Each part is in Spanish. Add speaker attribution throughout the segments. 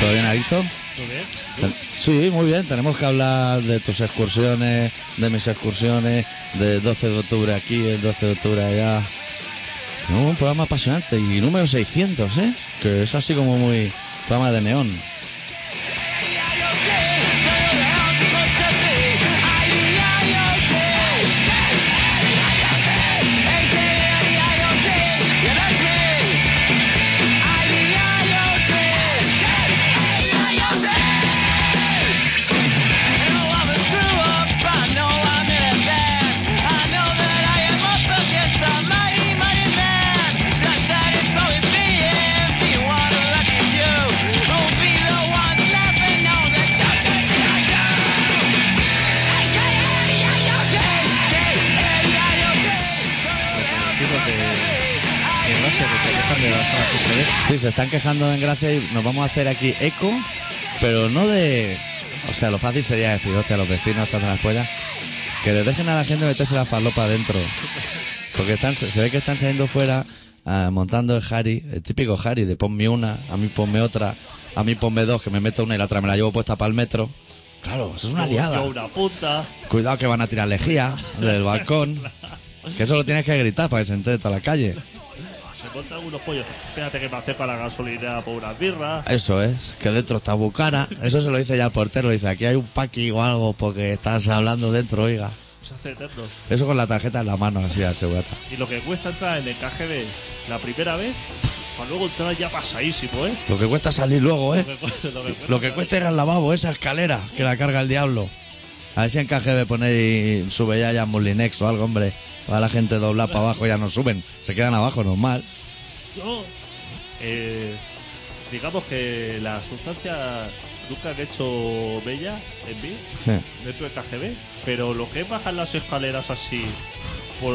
Speaker 1: ¿Todo bien, Adicto? Ten- Sí, muy bien. Tenemos que hablar de tus excursiones, de mis excursiones, de 12 de octubre aquí, el 12 de octubre allá. Tenemos un programa apasionante y número 600, ¿eh? Que es así como muy programa de neón. Sí, se están quejando en gracia y nos vamos a hacer aquí eco, pero no de. O sea, lo fácil sería decir, hostia, los vecinos están en las pollas, que les dejen a la gente meterse la falopa adentro. Porque están, se se ve que están saliendo fuera ah, montando el Harry, el típico Harry de ponme una, a mí ponme otra, a mí ponme dos, que me meto una y la otra me la llevo puesta para el metro. Claro, eso es una liada.
Speaker 2: Yo una puta.
Speaker 1: Cuidado que van a tirar lejía del balcón. Que eso lo tienes que gritar para que se entere toda la calle.
Speaker 2: Se montan unos pollos. Espérate que me acerco a la gasolina por unas birras.
Speaker 1: Eso es, que dentro está Bucara. Eso se lo dice ya el portero. Dice, aquí hay un paqui o algo porque estás hablando dentro, oiga.
Speaker 2: Se hace eternos.
Speaker 1: Eso con la tarjeta en la mano, así al segurata.
Speaker 2: Y lo que cuesta entrar en el KGB la primera vez, para luego entrar ya pasadísimo, ¿eh?
Speaker 1: Lo que cuesta salir luego, ¿eh?
Speaker 2: Lo que cuesta- lo que cuesta
Speaker 1: Lo que cuesta ir al lavabo, esa escalera que la carga el diablo. A ver si en KGB ponéis, sube ya ya Mulinex o algo, hombre. Va la gente doblar para abajo, ya no suben. Se quedan abajo, normal.
Speaker 2: Yo, eh, digamos que la sustancia nunca han hecho bella en mí,
Speaker 1: Sí.
Speaker 2: dentro del KGB, pero lo que es bajar las escaleras así, por.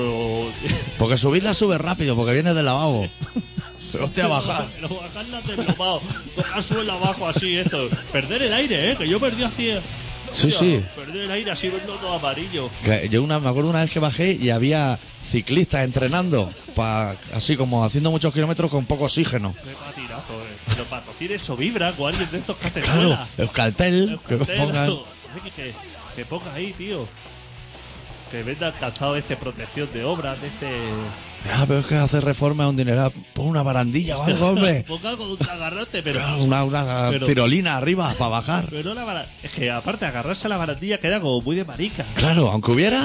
Speaker 1: Porque subirla sube rápido, porque viene del lavabo. Hostia, bajar.
Speaker 2: Pero bajarlas desplomado, tocar suelo abajo así, esto. Perder el aire, ¿eh? Que yo perdí así.
Speaker 1: Sí,
Speaker 2: Hostia,
Speaker 1: sí.
Speaker 2: Perder el aire así, verlo todo amarillo.
Speaker 1: Que yo una, me acuerdo una vez que bajé y había ciclistas entrenando, pa- así como haciendo muchos kilómetros con poco oxígeno.
Speaker 2: Qué patinazo, eh. Pero para cocir eso vibra con alguien de estos que hace
Speaker 1: Claro,
Speaker 2: rueda.
Speaker 1: Euskaltel,
Speaker 2: El
Speaker 1: que
Speaker 2: cartel,
Speaker 1: pongan.
Speaker 2: algo. Ay, Que, que, que ponga ahí, tío. Que venda el calzado de este protección de obras, de este.
Speaker 1: Ah, pero es que hacer reforma es un dineral. Pon una barandilla o algo, hombre.
Speaker 2: Ponga algo de un agarrote, pero.
Speaker 1: Eh. Claro, Una, una
Speaker 2: Pero-
Speaker 1: tirolina arriba para bajar.
Speaker 2: Pero no la bara- Es que aparte, agarrarse a la barandilla queda como muy de marica.
Speaker 1: Claro, aunque hubiera,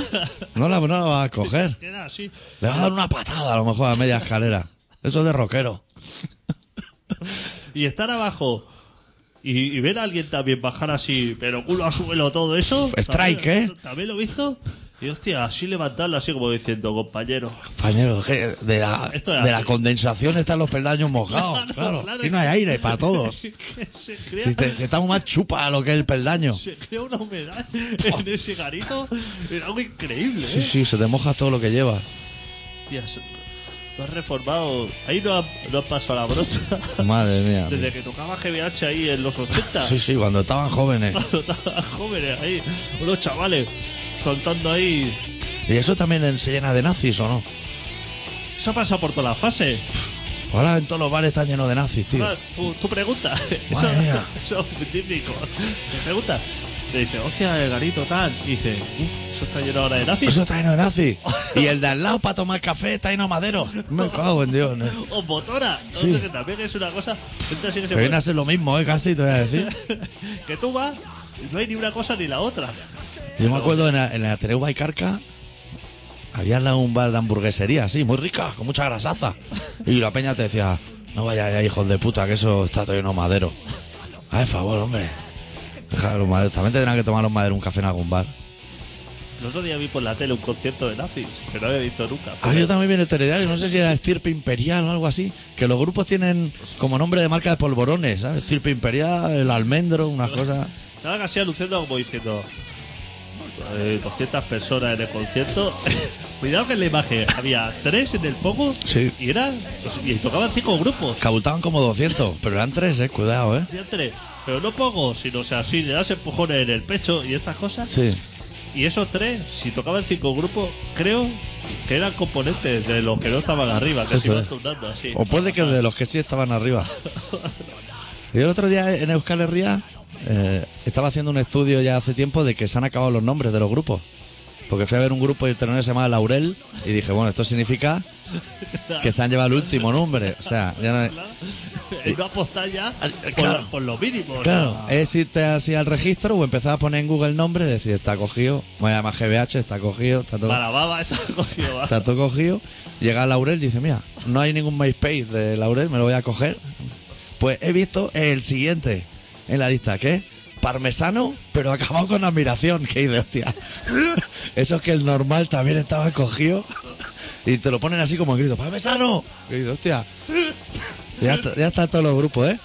Speaker 1: no la, no la vas a coger.
Speaker 2: Queda así.
Speaker 1: Le vas a dar una patada a lo mejor a media escalera. Eso es de rockero.
Speaker 2: Y estar abajo. Y, y ver a alguien también bajar así, pero culo a suelo, todo eso.
Speaker 1: Strike,
Speaker 2: también-
Speaker 1: ¿eh?
Speaker 2: También lo he visto. Y hostia, así levantarlo, así como diciendo, compañero.
Speaker 1: Compañero, que de la,
Speaker 2: Esto es
Speaker 1: de la
Speaker 2: así.
Speaker 1: condensación están los peldaños mojados. Claro,
Speaker 2: Claro, claro.
Speaker 1: y no hay aire para todos.
Speaker 2: Se crea-
Speaker 1: Si te, si estamos más chupa lo que es el peldaño.
Speaker 2: Se crea una humedad en ese garito. Era algo increíble, ¿eh?
Speaker 1: Sí, sí, se te moja todo lo que llevas.
Speaker 2: Tías, lo has reformado. Ahí no han, no han pasado la brocha.
Speaker 1: Madre mía.
Speaker 2: Desde que tocaba GBH ahí en los 80.
Speaker 1: Sí, sí, cuando estaban jóvenes.
Speaker 2: Cuando estaban jóvenes ahí. Unos chavales soltando ahí.
Speaker 1: ¿Y eso también en- se llena de nazis o no?
Speaker 2: Se ha pasado por todas las fases.
Speaker 1: Ahora en todos los bares están llenos de nazis, tío.
Speaker 2: Ahora, tú, tú preguntas.
Speaker 1: Madre
Speaker 2: Eso-
Speaker 1: mía.
Speaker 2: Eso es muy típico. Le preguntas. Le dice, hostia, el garito tal. Y dice, "Uh, eso está lleno ahora de nazis.
Speaker 1: Eso está lleno de nazis. Y el de al lado para tomar café está lleno de madero. Me cago en Dios. ¿no?
Speaker 2: O motora. No
Speaker 1: Sí.
Speaker 2: sé, que también es una cosa. entonces sí que se
Speaker 1: Que viene
Speaker 2: puede-
Speaker 1: a ser lo mismo, ¿eh? Casi, te voy a decir.
Speaker 2: que tú vas y no hay ni una cosa ni la otra.
Speaker 1: Yo me acuerdo en la, en la Tereu Baicarca había al lado un bar de hamburguesería así, muy rica, con mucha grasaza. Y la peña te decía, no vaya ya, hijos de puta, que eso está todo lleno de madero. Ay, favor, hombre. Claro, los maderos. También tendrán que tomar los maderos un café en algún bar.
Speaker 2: El otro día vi por la tele un concierto de nazis que no había visto nunca.
Speaker 1: Ah, yo también vi en el telediario, no sé si era Estirpe Imperial o algo así, que los grupos tienen como nombre de marca de polvorones, ¿sabes? Estirpe Imperial, el almendro, unas cosas.
Speaker 2: Estaba casi alucinando como diciendo. eh, 200 personas en el concierto. Cuidado que en la imagen había tres en el poco
Speaker 1: Sí.
Speaker 2: y eran. Y tocaban cinco grupos.
Speaker 1: Cabultaban como 200, pero eran tres, eh, cuidado, eh.
Speaker 2: Había tres. Pero no poco, sino o sea, así, le das empujones en el pecho y estas cosas.
Speaker 1: Sí.
Speaker 2: Y esos tres, si tocaban cinco grupos, creo que eran componentes de los que no estaban arriba, que se
Speaker 1: Eso
Speaker 2: iban
Speaker 1: es.
Speaker 2: turnando así.
Speaker 1: O puede que de los que sí estaban arriba. Yo el otro día en Euskal Herria eh, estaba haciendo un estudio ya hace tiempo de que se han acabado los nombres de los grupos. Porque fui a ver un grupo y el telonero se llamaba Laurel y dije, bueno, esto significa que se han llevado el último nombre. O sea, ya no,
Speaker 2: Y no apostar ya
Speaker 1: Ah,
Speaker 2: por,
Speaker 1: claro.
Speaker 2: la- por lo mínimo. o
Speaker 1: Claro,
Speaker 2: sea.
Speaker 1: es irte así al registro o empezar a poner en Google el nombre y decir, está cogido, me llama GBH, está cogido, está todo,
Speaker 2: Para baba está cogido.
Speaker 1: está todo cogido. Llega Laurel y dice, mira, no hay ningún MySpace de Laurel, me lo voy a coger. Pues he visto el siguiente en la lista, que es parmesano, pero acabado con admiración, que de hostia. Eso es que el normal también estaba cogido y te lo ponen así como en grito, parmesano, que dices, hostia. Ya, está- ya están todos los grupos, ¿eh?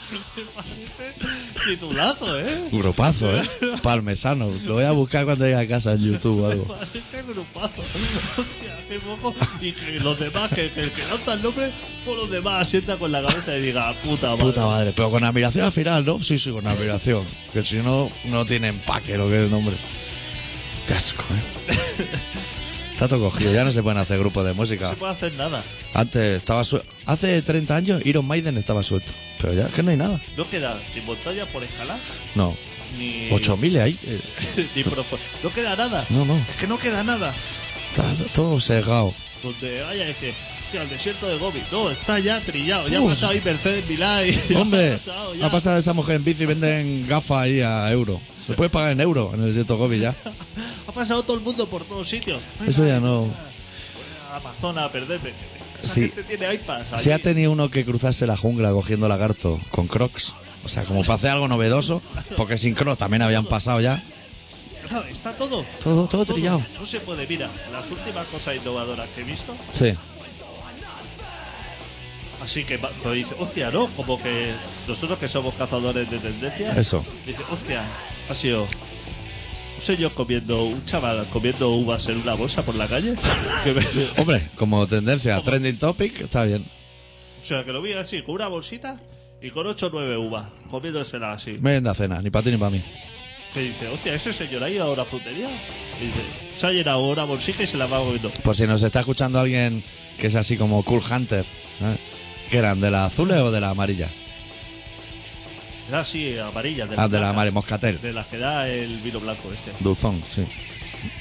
Speaker 2: Titulazo, ¿eh?
Speaker 1: Grupazo, ¿eh? Parmesano. Lo voy a buscar cuando llegue a casa en YouTube o algo.
Speaker 2: Parece grupazo. Hostia, qué moco. Y que los demás, que, que, que lanza el nombre, todos los demás asienta con la cabeza y diga, puta madre.
Speaker 1: Puta madre. Pero con admiración al final, ¿no? Sí, sí, con admiración. Que si no, no tiene empaque lo que es el nombre. Qué asco, ¿eh? Está todo cogido. Ya no se pueden hacer grupos de
Speaker 2: No
Speaker 1: música.
Speaker 2: se puede hacer nada.
Speaker 1: Antes estaba suelto. Hace 30 años Iron Maiden estaba suelto. Pero ya es que no hay nada.
Speaker 2: No queda ni montaña por escalar,
Speaker 1: No.
Speaker 2: ni.
Speaker 1: 8000 ahí. eh,
Speaker 2: ni profo- No queda nada.
Speaker 1: No, no.
Speaker 2: Es que no queda nada.
Speaker 1: Está todo sesgado.
Speaker 2: Donde vaya dice, hostia, el desierto de Gobi. No, está ya trillado. Ya ha
Speaker 1: Uf.
Speaker 2: pasado ahí Mercedes Milán. y-
Speaker 1: Hombre,
Speaker 2: ha pasado ya.
Speaker 1: ha pasado esa mujer en bici y venden gafas ahí a euro. Se puede pagar en euro en el desierto Gobi ya.
Speaker 2: Ha pasado todo el mundo por todos sitios.
Speaker 1: Eso ya no.
Speaker 2: Amazonas, perdete. Esa
Speaker 1: Sí.
Speaker 2: gente tiene iPad.
Speaker 1: Si ha
Speaker 2: allí.
Speaker 1: tenido uno que cruzarse la jungla cogiendo lagarto con crocs, o sea, como para hacer algo novedoso, porque sin crocs también habían pasado ya.
Speaker 2: Claro, está todo.
Speaker 1: Todo- todo trillado.
Speaker 2: No se puede, mira, las últimas cosas innovadoras que he visto.
Speaker 1: Sí,
Speaker 2: Así que va- pues dice, hostia, ¿no? Como que nosotros que somos cazadores de tendencias.
Speaker 1: Eso.
Speaker 2: Dice, hostia, ha sido un señor comiendo, un chaval comiendo uvas en una bolsa por la calle. que me-
Speaker 1: hombre, como tendencia, trending topic, está bien.
Speaker 2: O sea, que lo vi así, con una bolsita y con 8 o 9 uvas, comiéndosela así.
Speaker 1: Merienda cena, ni para ti ni para mí.
Speaker 2: Que dice, hostia, ese señor ahí ahora frutería. Y dice, se ha llenado una bolsita y se la va comiendo.
Speaker 1: Por si nos está escuchando alguien que es así como Cool Hunter, ¿eh? ¿qué eran? ¿De las azules o de las amarillas?
Speaker 2: Era así, amarilla.
Speaker 1: Ah, de
Speaker 2: De
Speaker 1: las
Speaker 2: blancas,
Speaker 1: amarillas, moscatel,
Speaker 2: De las que da el vino blanco este.
Speaker 1: dulzón, sí.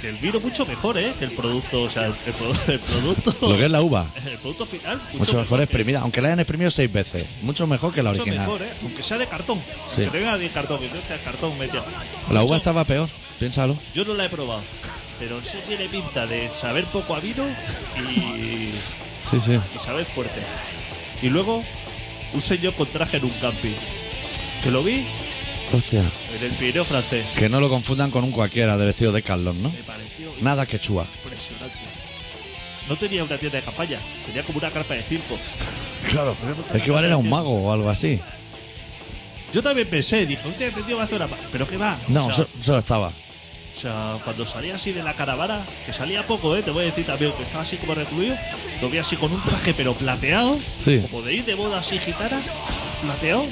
Speaker 2: Que el vino mucho mejor, ¿eh? Que el producto, o sea, el, el produ- el
Speaker 1: Lo
Speaker 2: producto...
Speaker 1: que es la uva,
Speaker 2: El producto final, mucho,
Speaker 1: mucho mejor
Speaker 2: que-
Speaker 1: exprimida, aunque la hayan exprimido seis veces, mucho mejor que la
Speaker 2: Mucho
Speaker 1: original.
Speaker 2: mejor, ¿eh? Aunque sea de cartón.
Speaker 1: Sí.
Speaker 2: Que tenga de cartón, que tenga de cartón metido.
Speaker 1: La
Speaker 2: De
Speaker 1: uva
Speaker 2: hecho,
Speaker 1: estaba peor, piénsalo.
Speaker 2: Yo no la he probado, pero sí tiene pinta de saber poco a vino y...
Speaker 1: Sí, sí.
Speaker 2: y sabes fuerte. Y luego, un señor con traje en un camping. Que lo vi
Speaker 1: Hostia.
Speaker 2: en el Pirineo francés.
Speaker 1: Que no lo confundan con un cualquiera de vestido de Carlón, ¿no?
Speaker 2: Me pareció
Speaker 1: Nada quechua.
Speaker 2: impresionante. No tenía una tienda de campaña, tenía como una carpa de circo.
Speaker 1: Claro. Es que igual era un mago o algo así.
Speaker 2: Yo también pensé, dije, usted entendió va a hacer una. pa-". Pero qué va.
Speaker 1: No,
Speaker 2: o sea,
Speaker 1: so- solo estaba.
Speaker 2: o sea, cuando salía así de la caravana, que salía poco, ¿eh? te voy a decir también, que estaba así como recluido, lo vi así con un traje pero plateado,
Speaker 1: Sí.
Speaker 2: como de ir de boda así gitana, plateado.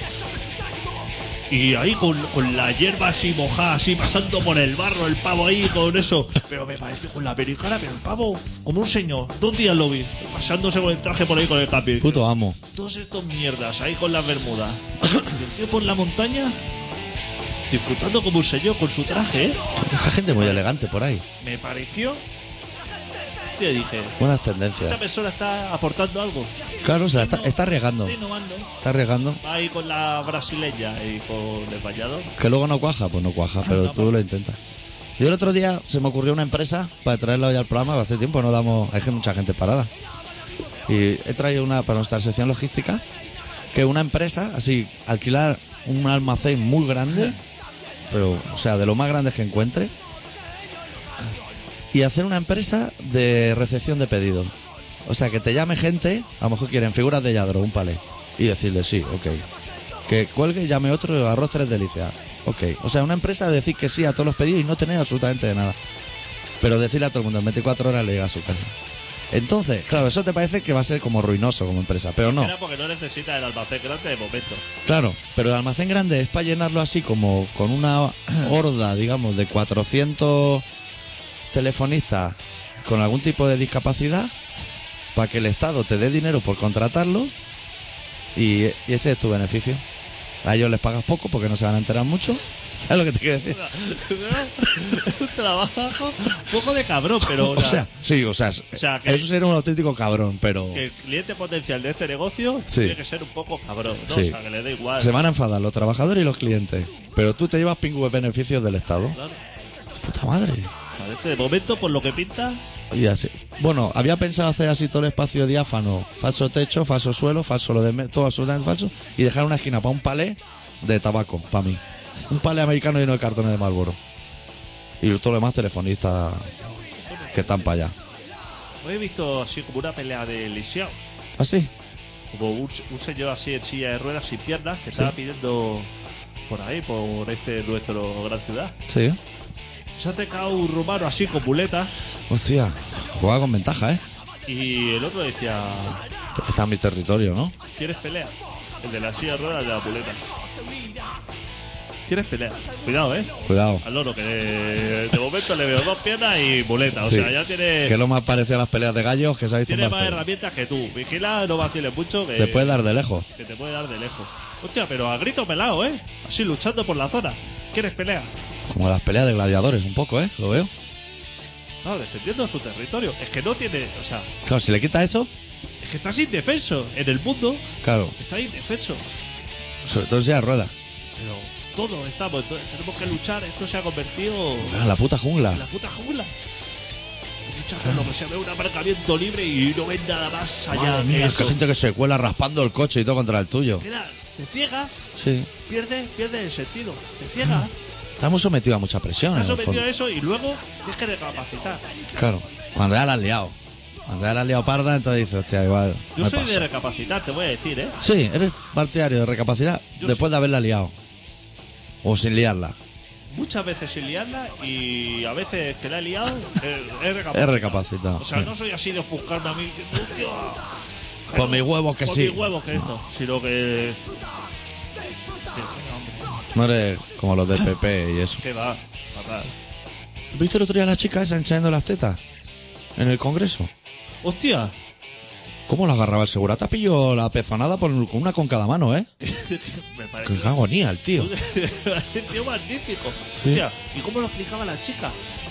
Speaker 2: Y ahí con, con la hierba así mojada, así pasando por el barro, el pavo ahí con eso. Pero me pareció con la americana, pero el pavo, como un señor, dos días lo vi, pasándose con el traje por ahí con el capi.
Speaker 1: Puto amo.
Speaker 2: Todos estos mierdas ahí con las bermudas. Y el tío por la montaña, disfrutando como un señor con su traje, ¿eh?
Speaker 1: Hay gente muy elegante por ahí.
Speaker 2: me pareció que dije
Speaker 1: Buenas
Speaker 2: esta
Speaker 1: tendencias.
Speaker 2: persona está aportando algo
Speaker 1: Claro, se la está, está arriesgando.
Speaker 2: está innovando
Speaker 1: Está arriesgando.
Speaker 2: va ahí con la brasileña y con el bañado
Speaker 1: Que luego no cuaja, pues no cuaja, pero tú lo intentas. Yo el otro día se me ocurrió una empresa para traerla hoy al programa, que hace tiempo no damos, hay gente- mucha gente parada. Y he traído una para nuestra sección logística, que una empresa, así, alquilar un almacén muy grande pero, o sea, de lo más grandes que encuentre. Y hacer una empresa de recepción de pedidos. O sea, que te llame gente, a lo mejor quieren figuras de yadro, un palé. Y decirle, sí, ok. Que cuelgue y llame otro arroz tres delicias. Ok. O sea, una empresa de decir que sí a todos los pedidos y no tener absolutamente de nada. Pero decirle a todo el mundo, en 24 horas le llega a su casa. Entonces, claro, eso te parece que va a ser como ruinoso como empresa, pero no.
Speaker 2: Era porque no necesita el almacén grande de momento.
Speaker 1: Claro, pero el almacén grande es para llenarlo así como con una horda, digamos, de 400 telefonistas con algún tipo de discapacidad para que el Estado te dé dinero por contratarlo y, y ese es tu beneficio. A ellos les pagas poco porque no se van a enterar mucho. ¿Sabes lo que te quiero decir?
Speaker 2: un trabajo un poco de cabrón, pero.
Speaker 1: O sea, sí, o sea,
Speaker 2: O sea, que-
Speaker 1: eso sería un auténtico cabrón, pero
Speaker 2: que el cliente potencial de este negocio
Speaker 1: Sí.
Speaker 2: tiene que ser un poco cabrón, ¿no?
Speaker 1: Sí.
Speaker 2: O sea, que le da igual.
Speaker 1: se van a enfadar los trabajadores y los clientes. Pero tú te llevas pingües beneficios del Estado.
Speaker 2: Claro.
Speaker 1: Puta madre.
Speaker 2: Parece, de momento, por lo que pinta,
Speaker 1: Y así. Bueno, había pensado hacer así todo el espacio diáfano, falso techo, falso suelo, falso lo de me- todo absolutamente falso, y dejar una esquina para un palé de tabaco, para mí. Un palé americano lleno de cartones de Marlboro. Y todo lo demás telefonistas que están para allá.
Speaker 2: hoy he visto así como una pelea de lisiado.
Speaker 1: Así.
Speaker 2: Como un, un señor así en silla de ruedas sin piernas que estaba pidiendo por ahí, por este nuestro gran ciudad.
Speaker 1: Sí.
Speaker 2: Se ha acercado un rumano así con muleta
Speaker 1: Hostia, juega con ventaja, ¿eh?
Speaker 2: y el otro decía,
Speaker 1: Está en mi territorio, ¿no?
Speaker 2: ¿quieres pelea? El de la silla de ruedas el de la muleta. ¿Quieres pelea? Cuidado, eh.
Speaker 1: Cuidado.
Speaker 2: Al loro, que de, de momento le veo dos piernas y muleta. O
Speaker 1: Sí.
Speaker 2: sea, ya tiene...
Speaker 1: Que es lo más parecido a las peleas de gallos que se ha visto en
Speaker 2: Tiene más
Speaker 1: Barcelona.
Speaker 2: herramientas que tú. Vigila, no vaciles mucho, que,
Speaker 1: eh. Te puede dar de lejos.
Speaker 2: que te puede dar de lejos. Hostia, pero a grito pelado, ¿eh? Así luchando por la zona. ¿Quieres pelea?
Speaker 1: Como las peleas de gladiadores, un poco, ¿eh? Lo veo.
Speaker 2: No, defendiendo su territorio. Es que no tiene. O sea,
Speaker 1: Claro, si le quita eso,
Speaker 2: es que estás indefenso. En el mundo
Speaker 1: claro,
Speaker 2: estás indefenso.
Speaker 1: sobre todo en silla de ruedas.
Speaker 2: Pero todos estamos. entonces tenemos que luchar. Esto se ha convertido
Speaker 1: Ah, la puta jungla.
Speaker 2: en la puta jungla. Luchar con lo que se ve un aparcamiento libre y no ves nada más allá
Speaker 1: Madre
Speaker 2: de
Speaker 1: mía,
Speaker 2: eso.
Speaker 1: que gente que se cuela raspando el coche y todo contra el tuyo.
Speaker 2: Queda- te ciegas,
Speaker 1: Sí.
Speaker 2: pierdes, pierdes el sentido. Te ciegas.
Speaker 1: Estamos sometidos a mucha presión,
Speaker 2: Te
Speaker 1: en
Speaker 2: has
Speaker 1: el
Speaker 2: sometido
Speaker 1: fondo.
Speaker 2: a eso y luego tienes que recapacitar.
Speaker 1: Claro. Cuando ya la has liado. Cuando ya la has liado parda, entonces dices, hostia, igual.
Speaker 2: Yo
Speaker 1: me
Speaker 2: soy
Speaker 1: paso.
Speaker 2: de recapacitar, te voy a decir, ¿eh?
Speaker 1: Sí, eres partidario de recapacidad
Speaker 2: Yo
Speaker 1: después de haberla liado. O sin liarla.
Speaker 2: Muchas veces sin liarla y a veces que la he liado, eh, he
Speaker 1: Es
Speaker 2: recapacitado.
Speaker 1: recapacitado.
Speaker 2: O sea, no soy así de ofuscarme a mí diciendo, "Hostia,
Speaker 1: Por mis huevos que
Speaker 2: por
Speaker 1: sí.
Speaker 2: mis huevos que esto, sino que.
Speaker 1: No eres como los del PP y eso.
Speaker 2: Que va, fatal.
Speaker 1: ¿Viste el otro día a la chica esa enseñando las tetas? En el Congreso.
Speaker 2: ¡Hostia!
Speaker 1: ¿Cómo la agarraba el segurata? Pilló la pezonada por- con una con cada mano, ¿eh?
Speaker 2: Me
Speaker 1: Qué
Speaker 2: parece.
Speaker 1: agonía el tío.
Speaker 2: un tío magnífico.
Speaker 1: Sí.
Speaker 2: Hostia, ¿y cómo lo explicaba la chica?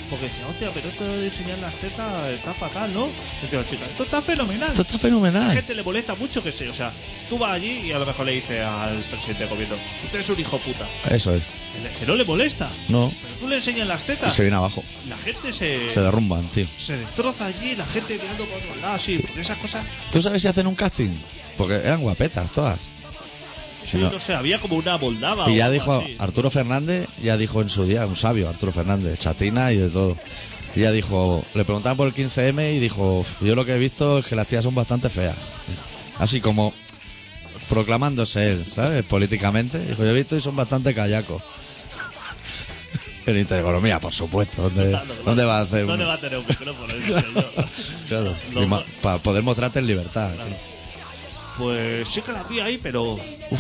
Speaker 2: Porque decía, hostia, pero esto de enseñar las tetas está fatal, ¿no? Decía la chica, esto está fenomenal.
Speaker 1: Esto está
Speaker 2: la
Speaker 1: fenomenal.
Speaker 2: gente le molesta mucho que se, o sea, tú vas allí y a lo mejor le dices al presidente del gobierno, usted es un hijo puta,
Speaker 1: Eso es.
Speaker 2: El que no le molesta,
Speaker 1: No.
Speaker 2: pero tú le enseñas las
Speaker 1: Y
Speaker 2: tetas,
Speaker 1: se viene abajo.
Speaker 2: la gente se,
Speaker 1: Se
Speaker 2: se,
Speaker 1: derrumban, tío.
Speaker 2: destroza allí, la gente mirando por otro lado, así, porque esas cosas,
Speaker 1: ¿Tú sabes si hacen un casting? Porque eran guapetas todas.
Speaker 2: sí,
Speaker 1: no.
Speaker 2: no. sé, había como una moldava.
Speaker 1: Y
Speaker 2: o
Speaker 1: ya
Speaker 2: algo
Speaker 1: dijo
Speaker 2: así.
Speaker 1: Arturo Fernández, ya dijo en su día, un sabio Arturo Fernández, chatina y de todo. Y ya dijo, le preguntaban por el 15M y dijo, yo lo que he visto es que las tías son bastante feas. Así como proclamándose él, ¿sabes? Políticamente. Dijo, yo he visto y son bastante callacos. En Intereconomía, por supuesto. ¿Dónde,
Speaker 2: Claro, claro.
Speaker 1: ¿dónde va a hacer?
Speaker 2: ¿Dónde
Speaker 1: un-
Speaker 2: va a tener un micrófono? Dice yo.
Speaker 1: Claro,
Speaker 2: Lo-
Speaker 1: para poder mostrarte en libertad. sí.
Speaker 2: Pues sí que la vi ahí, pero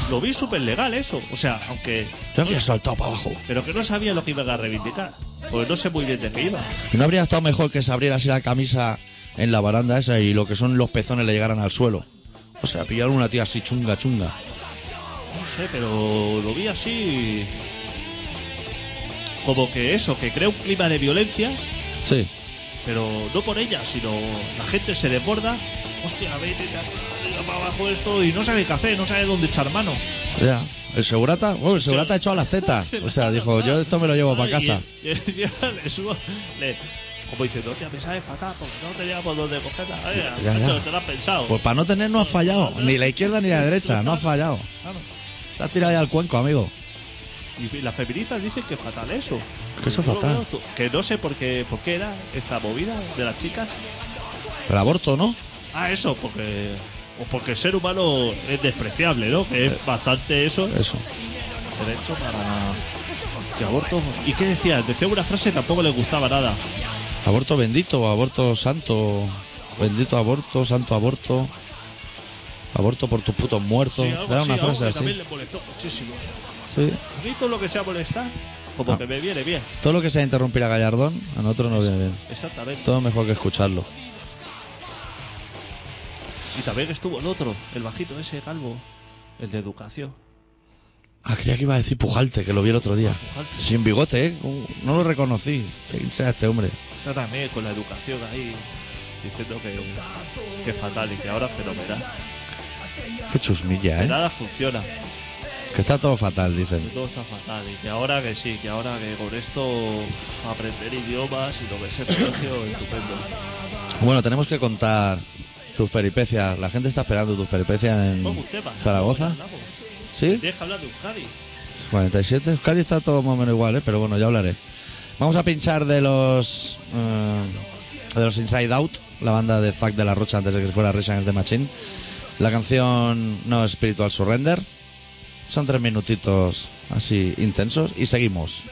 Speaker 2: lo vi súper legal eso. O sea, aunque.
Speaker 1: Yo habría saltado para abajo.
Speaker 2: Pero que no sabía lo que iban a reivindicar. Pues no sé muy bien de qué iba.
Speaker 1: ¿Y no habría estado mejor que se abriera así la camisa en la baranda esa y lo que son los pezones le llegaran al suelo? O sea, pillaron una tía así chunga, chunga.
Speaker 2: No sé, pero lo vi así. Como que eso, que crea un clima de violencia,
Speaker 1: Sí.
Speaker 2: pero no por ella, sino la gente se desborda. Hostia, vete para abajo esto y no sabe qué hacer, no sabe dónde echar mano.
Speaker 1: Ya. El segurata, bueno, el segurata echó a las tetas. O sea, dijo, yo esto me lo llevo para
Speaker 2: Y-
Speaker 1: casa.
Speaker 2: y encima le subo- le- como diciendo, hostia, me sabe fatal porque no tenía por dónde cogerla. Ay,
Speaker 1: Ya,
Speaker 2: macho,
Speaker 1: ya.
Speaker 2: te lo has pensado.
Speaker 1: Pues para no tener no ha fallado. Ni la izquierda ni la derecha, no ha fallado.
Speaker 2: Claro.
Speaker 1: Te has tirado ya al cuenco, amigo.
Speaker 2: Y las feministas dicen que es fatal eso.
Speaker 1: Que eso es
Speaker 2: Yo lo
Speaker 1: fatal.
Speaker 2: veo to- Que no sé por qué, por qué era esta movida de las chicas.
Speaker 1: El aborto, ¿no?
Speaker 2: Ah, eso, porque. O porque el ser humano es despreciable, ¿no? Que es bastante eso.
Speaker 1: Eso.
Speaker 2: Derecho para. Que aborto. ¿Y qué decía? Decía una frase que tampoco le gustaba nada.
Speaker 1: Aborto bendito, aborto santo. Bendito aborto, santo aborto. Aborto por tus putos muertos.
Speaker 2: Sí, algo
Speaker 1: Era
Speaker 2: así,
Speaker 1: una
Speaker 2: algo
Speaker 1: frase
Speaker 2: que
Speaker 1: así.
Speaker 2: También le molestó muchísimo.
Speaker 1: Sí.
Speaker 2: A mí todo lo que sea molestar, como
Speaker 1: Ah.
Speaker 2: que me viene bien.
Speaker 1: Todo lo que sea interrumpir a Gallardón, a nosotros nos viene bien.
Speaker 2: Exactamente.
Speaker 1: Todo mejor que escucharlo.
Speaker 2: Y también estuvo el otro, el bajito ese calvo, el de educación.
Speaker 1: Ah, creía que iba a decir Pujalte, que lo vi el otro día.
Speaker 2: Pujalte.
Speaker 1: Sin bigote, ¿eh? Uh, No lo reconocí. Sí, sea este hombre.
Speaker 2: Está también con la educación ahí, diciendo que, que es fatal y que ahora es fenomenal.
Speaker 1: Qué chusmilla,
Speaker 2: Que
Speaker 1: ¿eh?
Speaker 2: nada funciona,
Speaker 1: Que está todo fatal,
Speaker 2: que
Speaker 1: dicen.
Speaker 2: todo está fatal y que ahora que sí, que ahora que con esto aprender idiomas y lo que es el colegio, estupendo.
Speaker 1: Bueno, tenemos que contar tus peripecias. La gente está esperando tus peripecias
Speaker 2: Pongo
Speaker 1: en
Speaker 2: un tema.
Speaker 1: Zaragoza.
Speaker 2: Hablamos.
Speaker 1: ¿Sí?
Speaker 2: Tienes que hablar de Euskadi.
Speaker 1: 47. Euskadi está todo más o menos igual, ¿eh? Pero bueno, ya hablaré. Vamos a pinchar de los. eh, de los Inside Out, la banda de Zack de la Rocha antes de que fuera Rage Against the Machine. La canción No Spiritual Surrender. Son tres minutitos así intensos y seguimos.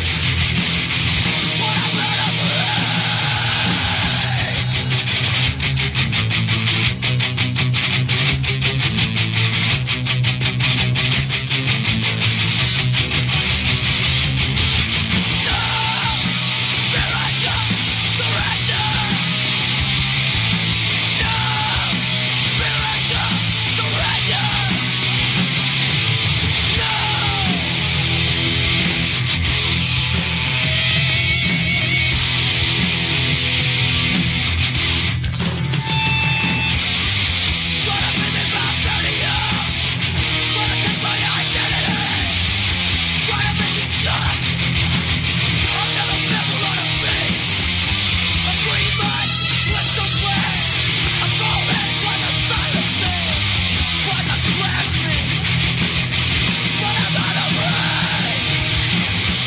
Speaker 3: Trying to bring me back down to you Trying to take my identity Trying to make me just Another devil on a beat A green light, twist of black A moment trying to silence me Trying to crash me But I'm out of range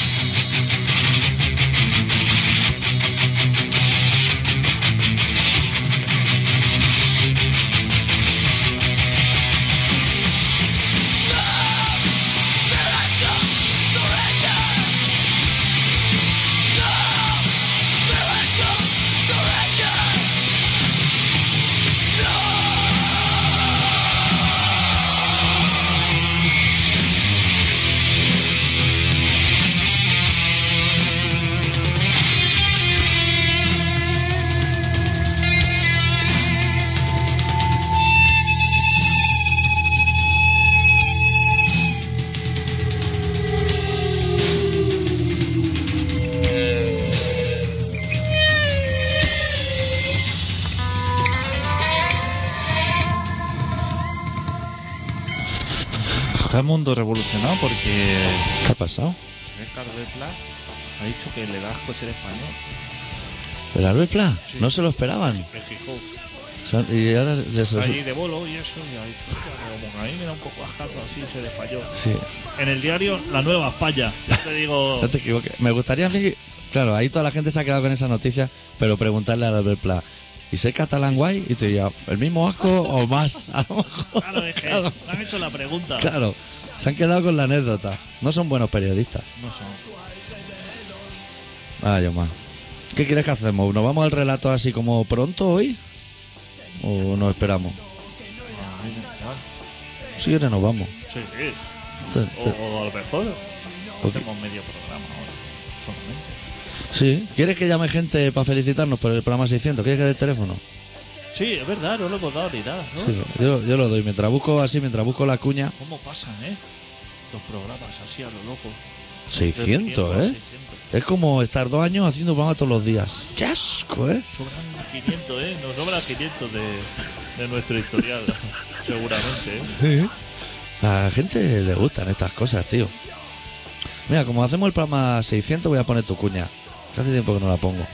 Speaker 2: Está el mundo revolucionado porque
Speaker 1: ¿Qué ha pasado?
Speaker 2: el Carlos Pla ha dicho que le da asco ser español.
Speaker 1: ¿El Albert Pla? No se lo esperaban.
Speaker 2: En Gijón.
Speaker 1: Son- Y ahora les-
Speaker 2: Allí de bolo y eso, y ha dicho, "Hostia, como que a mí me da un poco asco así ser español.
Speaker 1: Sí.
Speaker 2: En el diario La Nueva España, ya te digo,
Speaker 1: No te equivoques. Me gustaría a mí. Claro, ahí toda la gente se ha quedado con esa noticia, pero preguntarle al Albert Pla. ¿Y sé catalán guay? Y te diría, ¿el mismo asco o más? A lo mejor.
Speaker 2: claro, es que
Speaker 1: Claro,
Speaker 2: me han hecho la pregunta.
Speaker 1: claro. se han quedado con la anécdota. No son buenos periodistas.
Speaker 2: No son.
Speaker 1: Ah, yo más. ¿Qué quieres que hacemos? ¿Nos vamos al relato así como pronto hoy? ¿O nos esperamos? Si quieres nos vamos.
Speaker 2: Sí, sí.
Speaker 1: Te-
Speaker 2: O,
Speaker 1: te-
Speaker 2: o a lo mejor
Speaker 1: Ok.
Speaker 2: hacemos medio programa ahora. Solamente.
Speaker 1: Sí. ¿Quieres que llame gente para felicitarnos por el programa 600? ¿Quieres que dé el teléfono?
Speaker 2: Sí, es verdad, no lo hemos dado ni nada, ¿no?
Speaker 1: Sí, yo, yo lo doy. Mientras busco así, mientras busco la cuña.
Speaker 2: ¿Cómo pasan, eh? Los programas así a lo loco.
Speaker 1: 600,
Speaker 2: 300,
Speaker 1: ¿eh?
Speaker 2: 600.
Speaker 1: Es como estar dos años haciendo programas todos los días. ¡Qué asco, eh!
Speaker 2: Sobran 500, ¿eh? Nos sobran 500 de, de nuestro historial, seguramente, ¿eh?
Speaker 1: A la gente le gustan estas cosas, tío. Mira, como hacemos el programa 600, voy a poner tu cuña. Que Hace tiempo que no la pongo.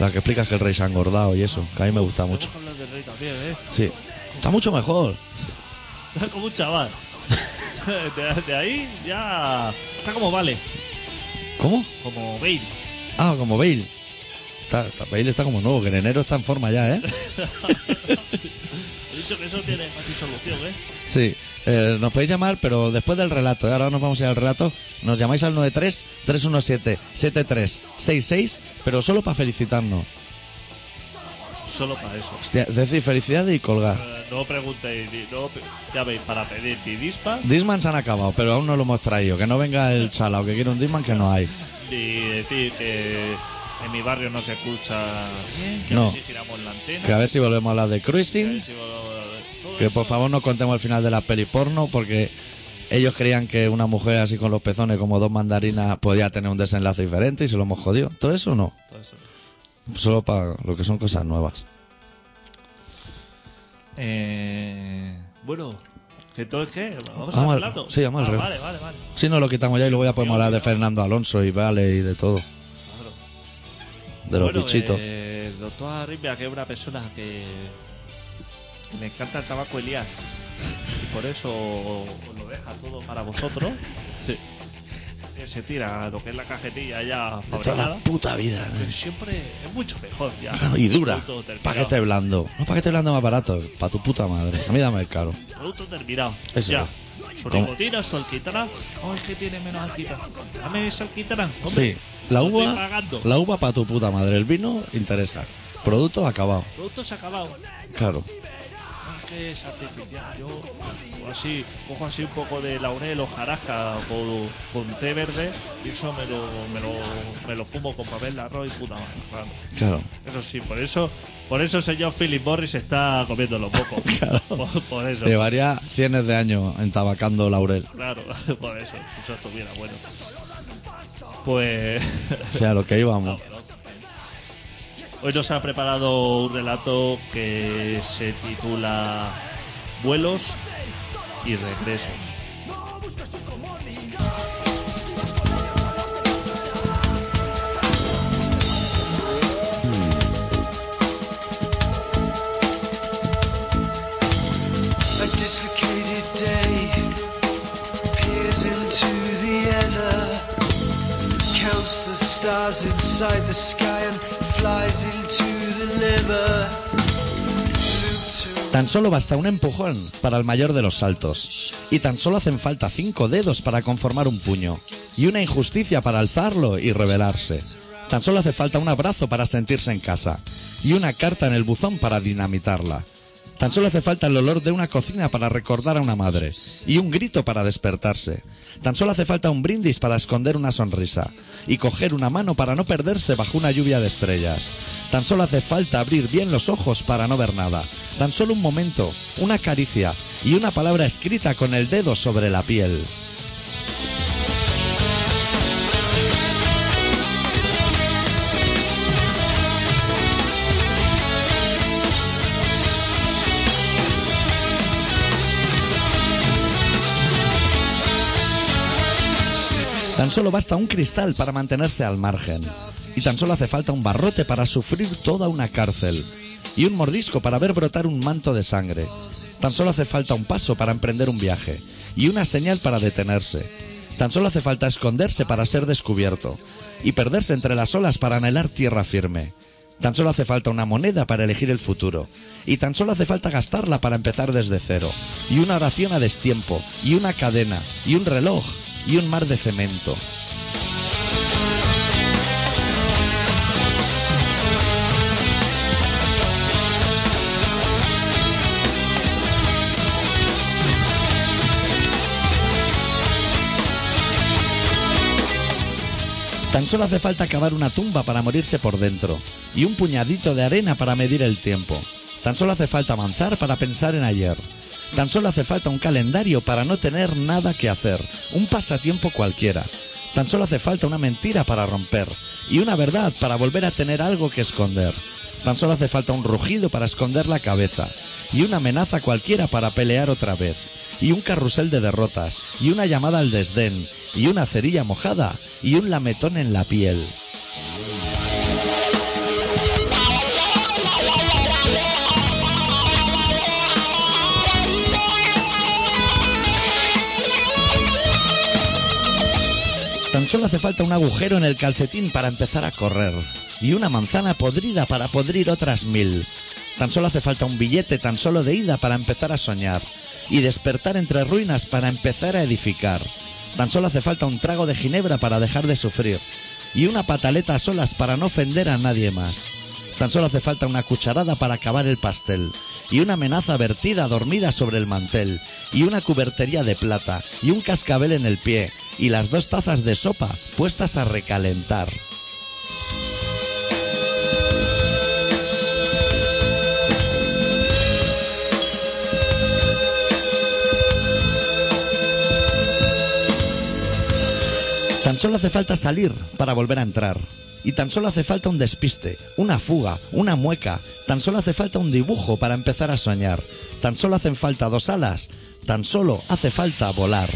Speaker 1: La que explicas que el rey se ha engordado y eso, que a mí me gusta mucho.
Speaker 2: Tenemos que hablar del rey también, ¿eh?
Speaker 1: Sí. Está mucho mejor.
Speaker 2: Está como un chaval. De, de ahí ya... Está como Vale,
Speaker 1: ¿Cómo?
Speaker 2: como Bale.
Speaker 1: Ah, como Bale. Está, está- Bale está como nuevo, que en enero está en forma ya, ¿eh?
Speaker 2: He dicho que eso tiene más solución, ¿eh?
Speaker 1: Sí. Eh, nos podéis llamar, pero después del relato. ¿eh? Ahora nos vamos a ir al relato. Nos llamáis al 93-317-7366, pero solo para felicitarnos.
Speaker 2: Solo para eso.
Speaker 1: Hostia, es decir, felicidades y colgar.
Speaker 2: Eh, No preguntéis, ni- no pe- ya veis, para pedir ni dispas,
Speaker 1: Disman se han acabado, pero aún no lo hemos traído. Que no venga el chalao, que quiere un Disman que no hay.
Speaker 2: ni decir que en mi barrio no se escucha bien, que
Speaker 1: No.
Speaker 2: a ver si giramos la antena.
Speaker 1: Que a ver si volvemos a hablar de
Speaker 2: que a ver
Speaker 1: cruising.
Speaker 2: si va- todo
Speaker 1: Que
Speaker 2: eso.
Speaker 1: por favor no contemos el final de la peli porno, porque ellos creían que una mujer así con los pezones como dos mandarinas podía tener un desenlace diferente y se lo hemos jodido. Todo eso no.
Speaker 2: Todo eso.
Speaker 1: Solo para lo que son cosas nuevas.
Speaker 2: Eh, bueno, que entonces qué? Vamos,
Speaker 1: Vamos
Speaker 2: al
Speaker 1: al-
Speaker 2: plato.
Speaker 1: sí, vamos al
Speaker 2: ah,
Speaker 1: relato.
Speaker 2: Vale, vale, vale.
Speaker 1: Si no lo quitamos ya y luego ya podemos hablar de Fernando Alonso y Vale y de todo.
Speaker 2: Claro.
Speaker 1: De los
Speaker 2: Bueno,
Speaker 1: bichitos.
Speaker 2: eh, el doctor Arritmia, que es una persona que, que le encanta el tabaco Elías. Y por eso os lo deja todo para vosotros. Él Se tira lo que es la cajetilla ya
Speaker 1: De toda
Speaker 2: fabricada.
Speaker 1: la puta vida.
Speaker 2: Pero siempre es mucho mejor ya.
Speaker 1: Y dura.
Speaker 2: Producto terminado.
Speaker 1: Paquete blando. No, paquete blando más barato. Para tu puta madre. A mí dame el caro.
Speaker 2: Producto terminado.
Speaker 1: Eso
Speaker 2: ya. Su
Speaker 1: ¿Cómo?
Speaker 2: nicotina, su alquitrán. Oh, es que tiene menos alquitrán. Dame ese alquitrán. hombre.
Speaker 1: Sí, la
Speaker 2: Lo estoy
Speaker 1: uva,
Speaker 2: pagando.
Speaker 1: la uva para tu puta madre. El vino interesa. Producto acabado.
Speaker 2: Producto se ha acabado.
Speaker 1: Claro.
Speaker 2: No, es que es artificial. Yo cojo así, cojo así un poco de laurel o jarasca con, con té verde y eso me lo, me lo, me lo fumo con papel de arroz y puta madre. claro.
Speaker 1: Claro.
Speaker 2: Eso sí, por eso, por eso el señor Philip Morris está comiendo los mocos.
Speaker 1: Claro.
Speaker 2: Por, por eso.
Speaker 1: Llevaría cienes de años entabacando laurel.
Speaker 2: Claro, por eso. Si eso estuviera bueno. Pues
Speaker 1: O sea, lo que íbamos.
Speaker 2: hoy nos ha preparado un relato que se titula Vuelos y regresos.
Speaker 4: A dislocated day peers into the ether, counts the stars inside the sky and flies into the never. Loop to
Speaker 1: Tan solo basta un empujón para el mayor de los saltos. Y tan solo hacen falta cinco dedos para conformar un puño. Y una injusticia para alzarlo y rebelarse. Tan solo hace falta un abrazo para sentirse en casa. Y una carta en el buzón para dinamitarla. Tan solo hace falta el olor de una cocina para recordar a una madre. Y un grito para despertarse. Tan solo hace falta un brindis para esconder una sonrisa. Y coger una mano para no perderse bajo una lluvia de estrellas. Tan solo hace falta abrir bien los ojos para no ver nada. Tan solo un momento, una caricia y una palabra escrita con el dedo sobre la piel. Tan solo basta un cristal para mantenerse al margen. Y tan solo hace falta un barrote para sufrir toda una cárcel. Y un mordisco para ver brotar un manto de sangre. Tan solo hace falta un paso para emprender un viaje. Y una señal para detenerse. Tan solo hace falta esconderse para ser descubierto. Y perderse entre las olas para anhelar tierra firme. Tan solo hace falta una moneda para elegir el futuro. Y tan solo hace falta gastarla para empezar desde cero. Y una oración a destiempo. Y una cadena. Y un reloj. Y un mar de cemento. Tan solo hace falta cavar una tumba para morirse por dentro y un puñadito de arena para medir el tiempo. Tan solo hace falta avanzar para pensar en ayer. Tan solo hace falta un calendario para no tener nada que hacer, un pasatiempo cualquiera. Tan solo hace falta una mentira para romper y una verdad para volver a tener algo que esconder. Tan solo hace falta un rugido para esconder la cabeza y una amenaza cualquiera para pelear otra vez y un carrusel de derrotas y una llamada al desdén y una cerilla mojada y un lametón en la piel. Tan solo hace falta un agujero en el calcetín para empezar a correr y una manzana podrida para podrir otras mil. Tan solo hace falta un billete tan solo de ida para empezar a soñar y despertar entre ruinas para empezar a edificar. Tan solo hace falta un trago de ginebra para dejar de sufrir y una pataleta a solas para no ofender a nadie más. Tan solo hace falta una cucharada para acabar el pastel y una amenaza vertida dormida sobre el mantel y una cubertería de plata y un cascabel en el pie y las dos tazas de sopa puestas a recalentar. Tan solo hace falta salir para volver a entrar. Y tan solo hace falta un despiste, una fuga, una mueca. Tan solo hace falta un dibujo para empezar a soñar. Tan solo hacen falta dos alas. Tan solo hace falta volar.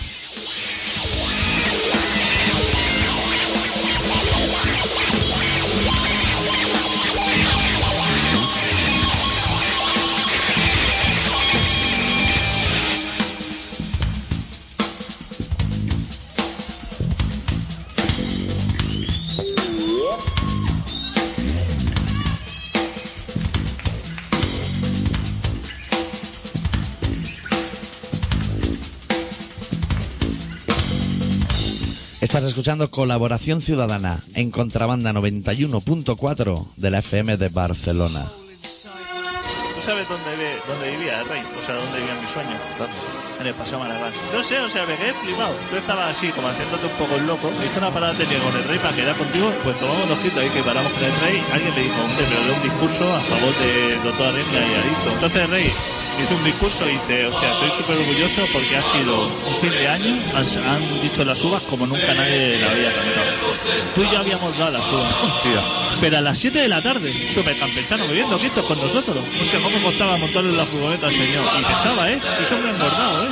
Speaker 1: Estás escuchando Colaboración Ciudadana en Contrabanda 91.4 de la FM de Barcelona.
Speaker 2: ¿Tú sabes dónde, ve- dónde vivía el rey? O sea, dónde vivía mi sueño. En el Paseo Maragall. No sé, o sea, me quedé flipado. Tú estabas así, como haciéndote un poco el loco. Me hizo una parada técnica con el rey para quedar contigo. Pues tomamos dos kilos ahí que paramos con el rey. Alguien le dijo, hombre, pero de un discurso a favor de doctor Arena y Adicto. Entonces el rey hizo un discurso y dice, hostia, estoy súper orgulloso porque ha sido un fin de año. Has- Han, dicho las uvas como nunca nadie la había cantado. Tú y yo habíamos dado las uvas. Pero a las 7 de la tarde, súper campechano, bebiendo quietos con nosotros. Hostia, cómo costaba montarlo en la furgoneta, al señor. Y pesaba, ¿eh? Es hombre engordado, ¿eh?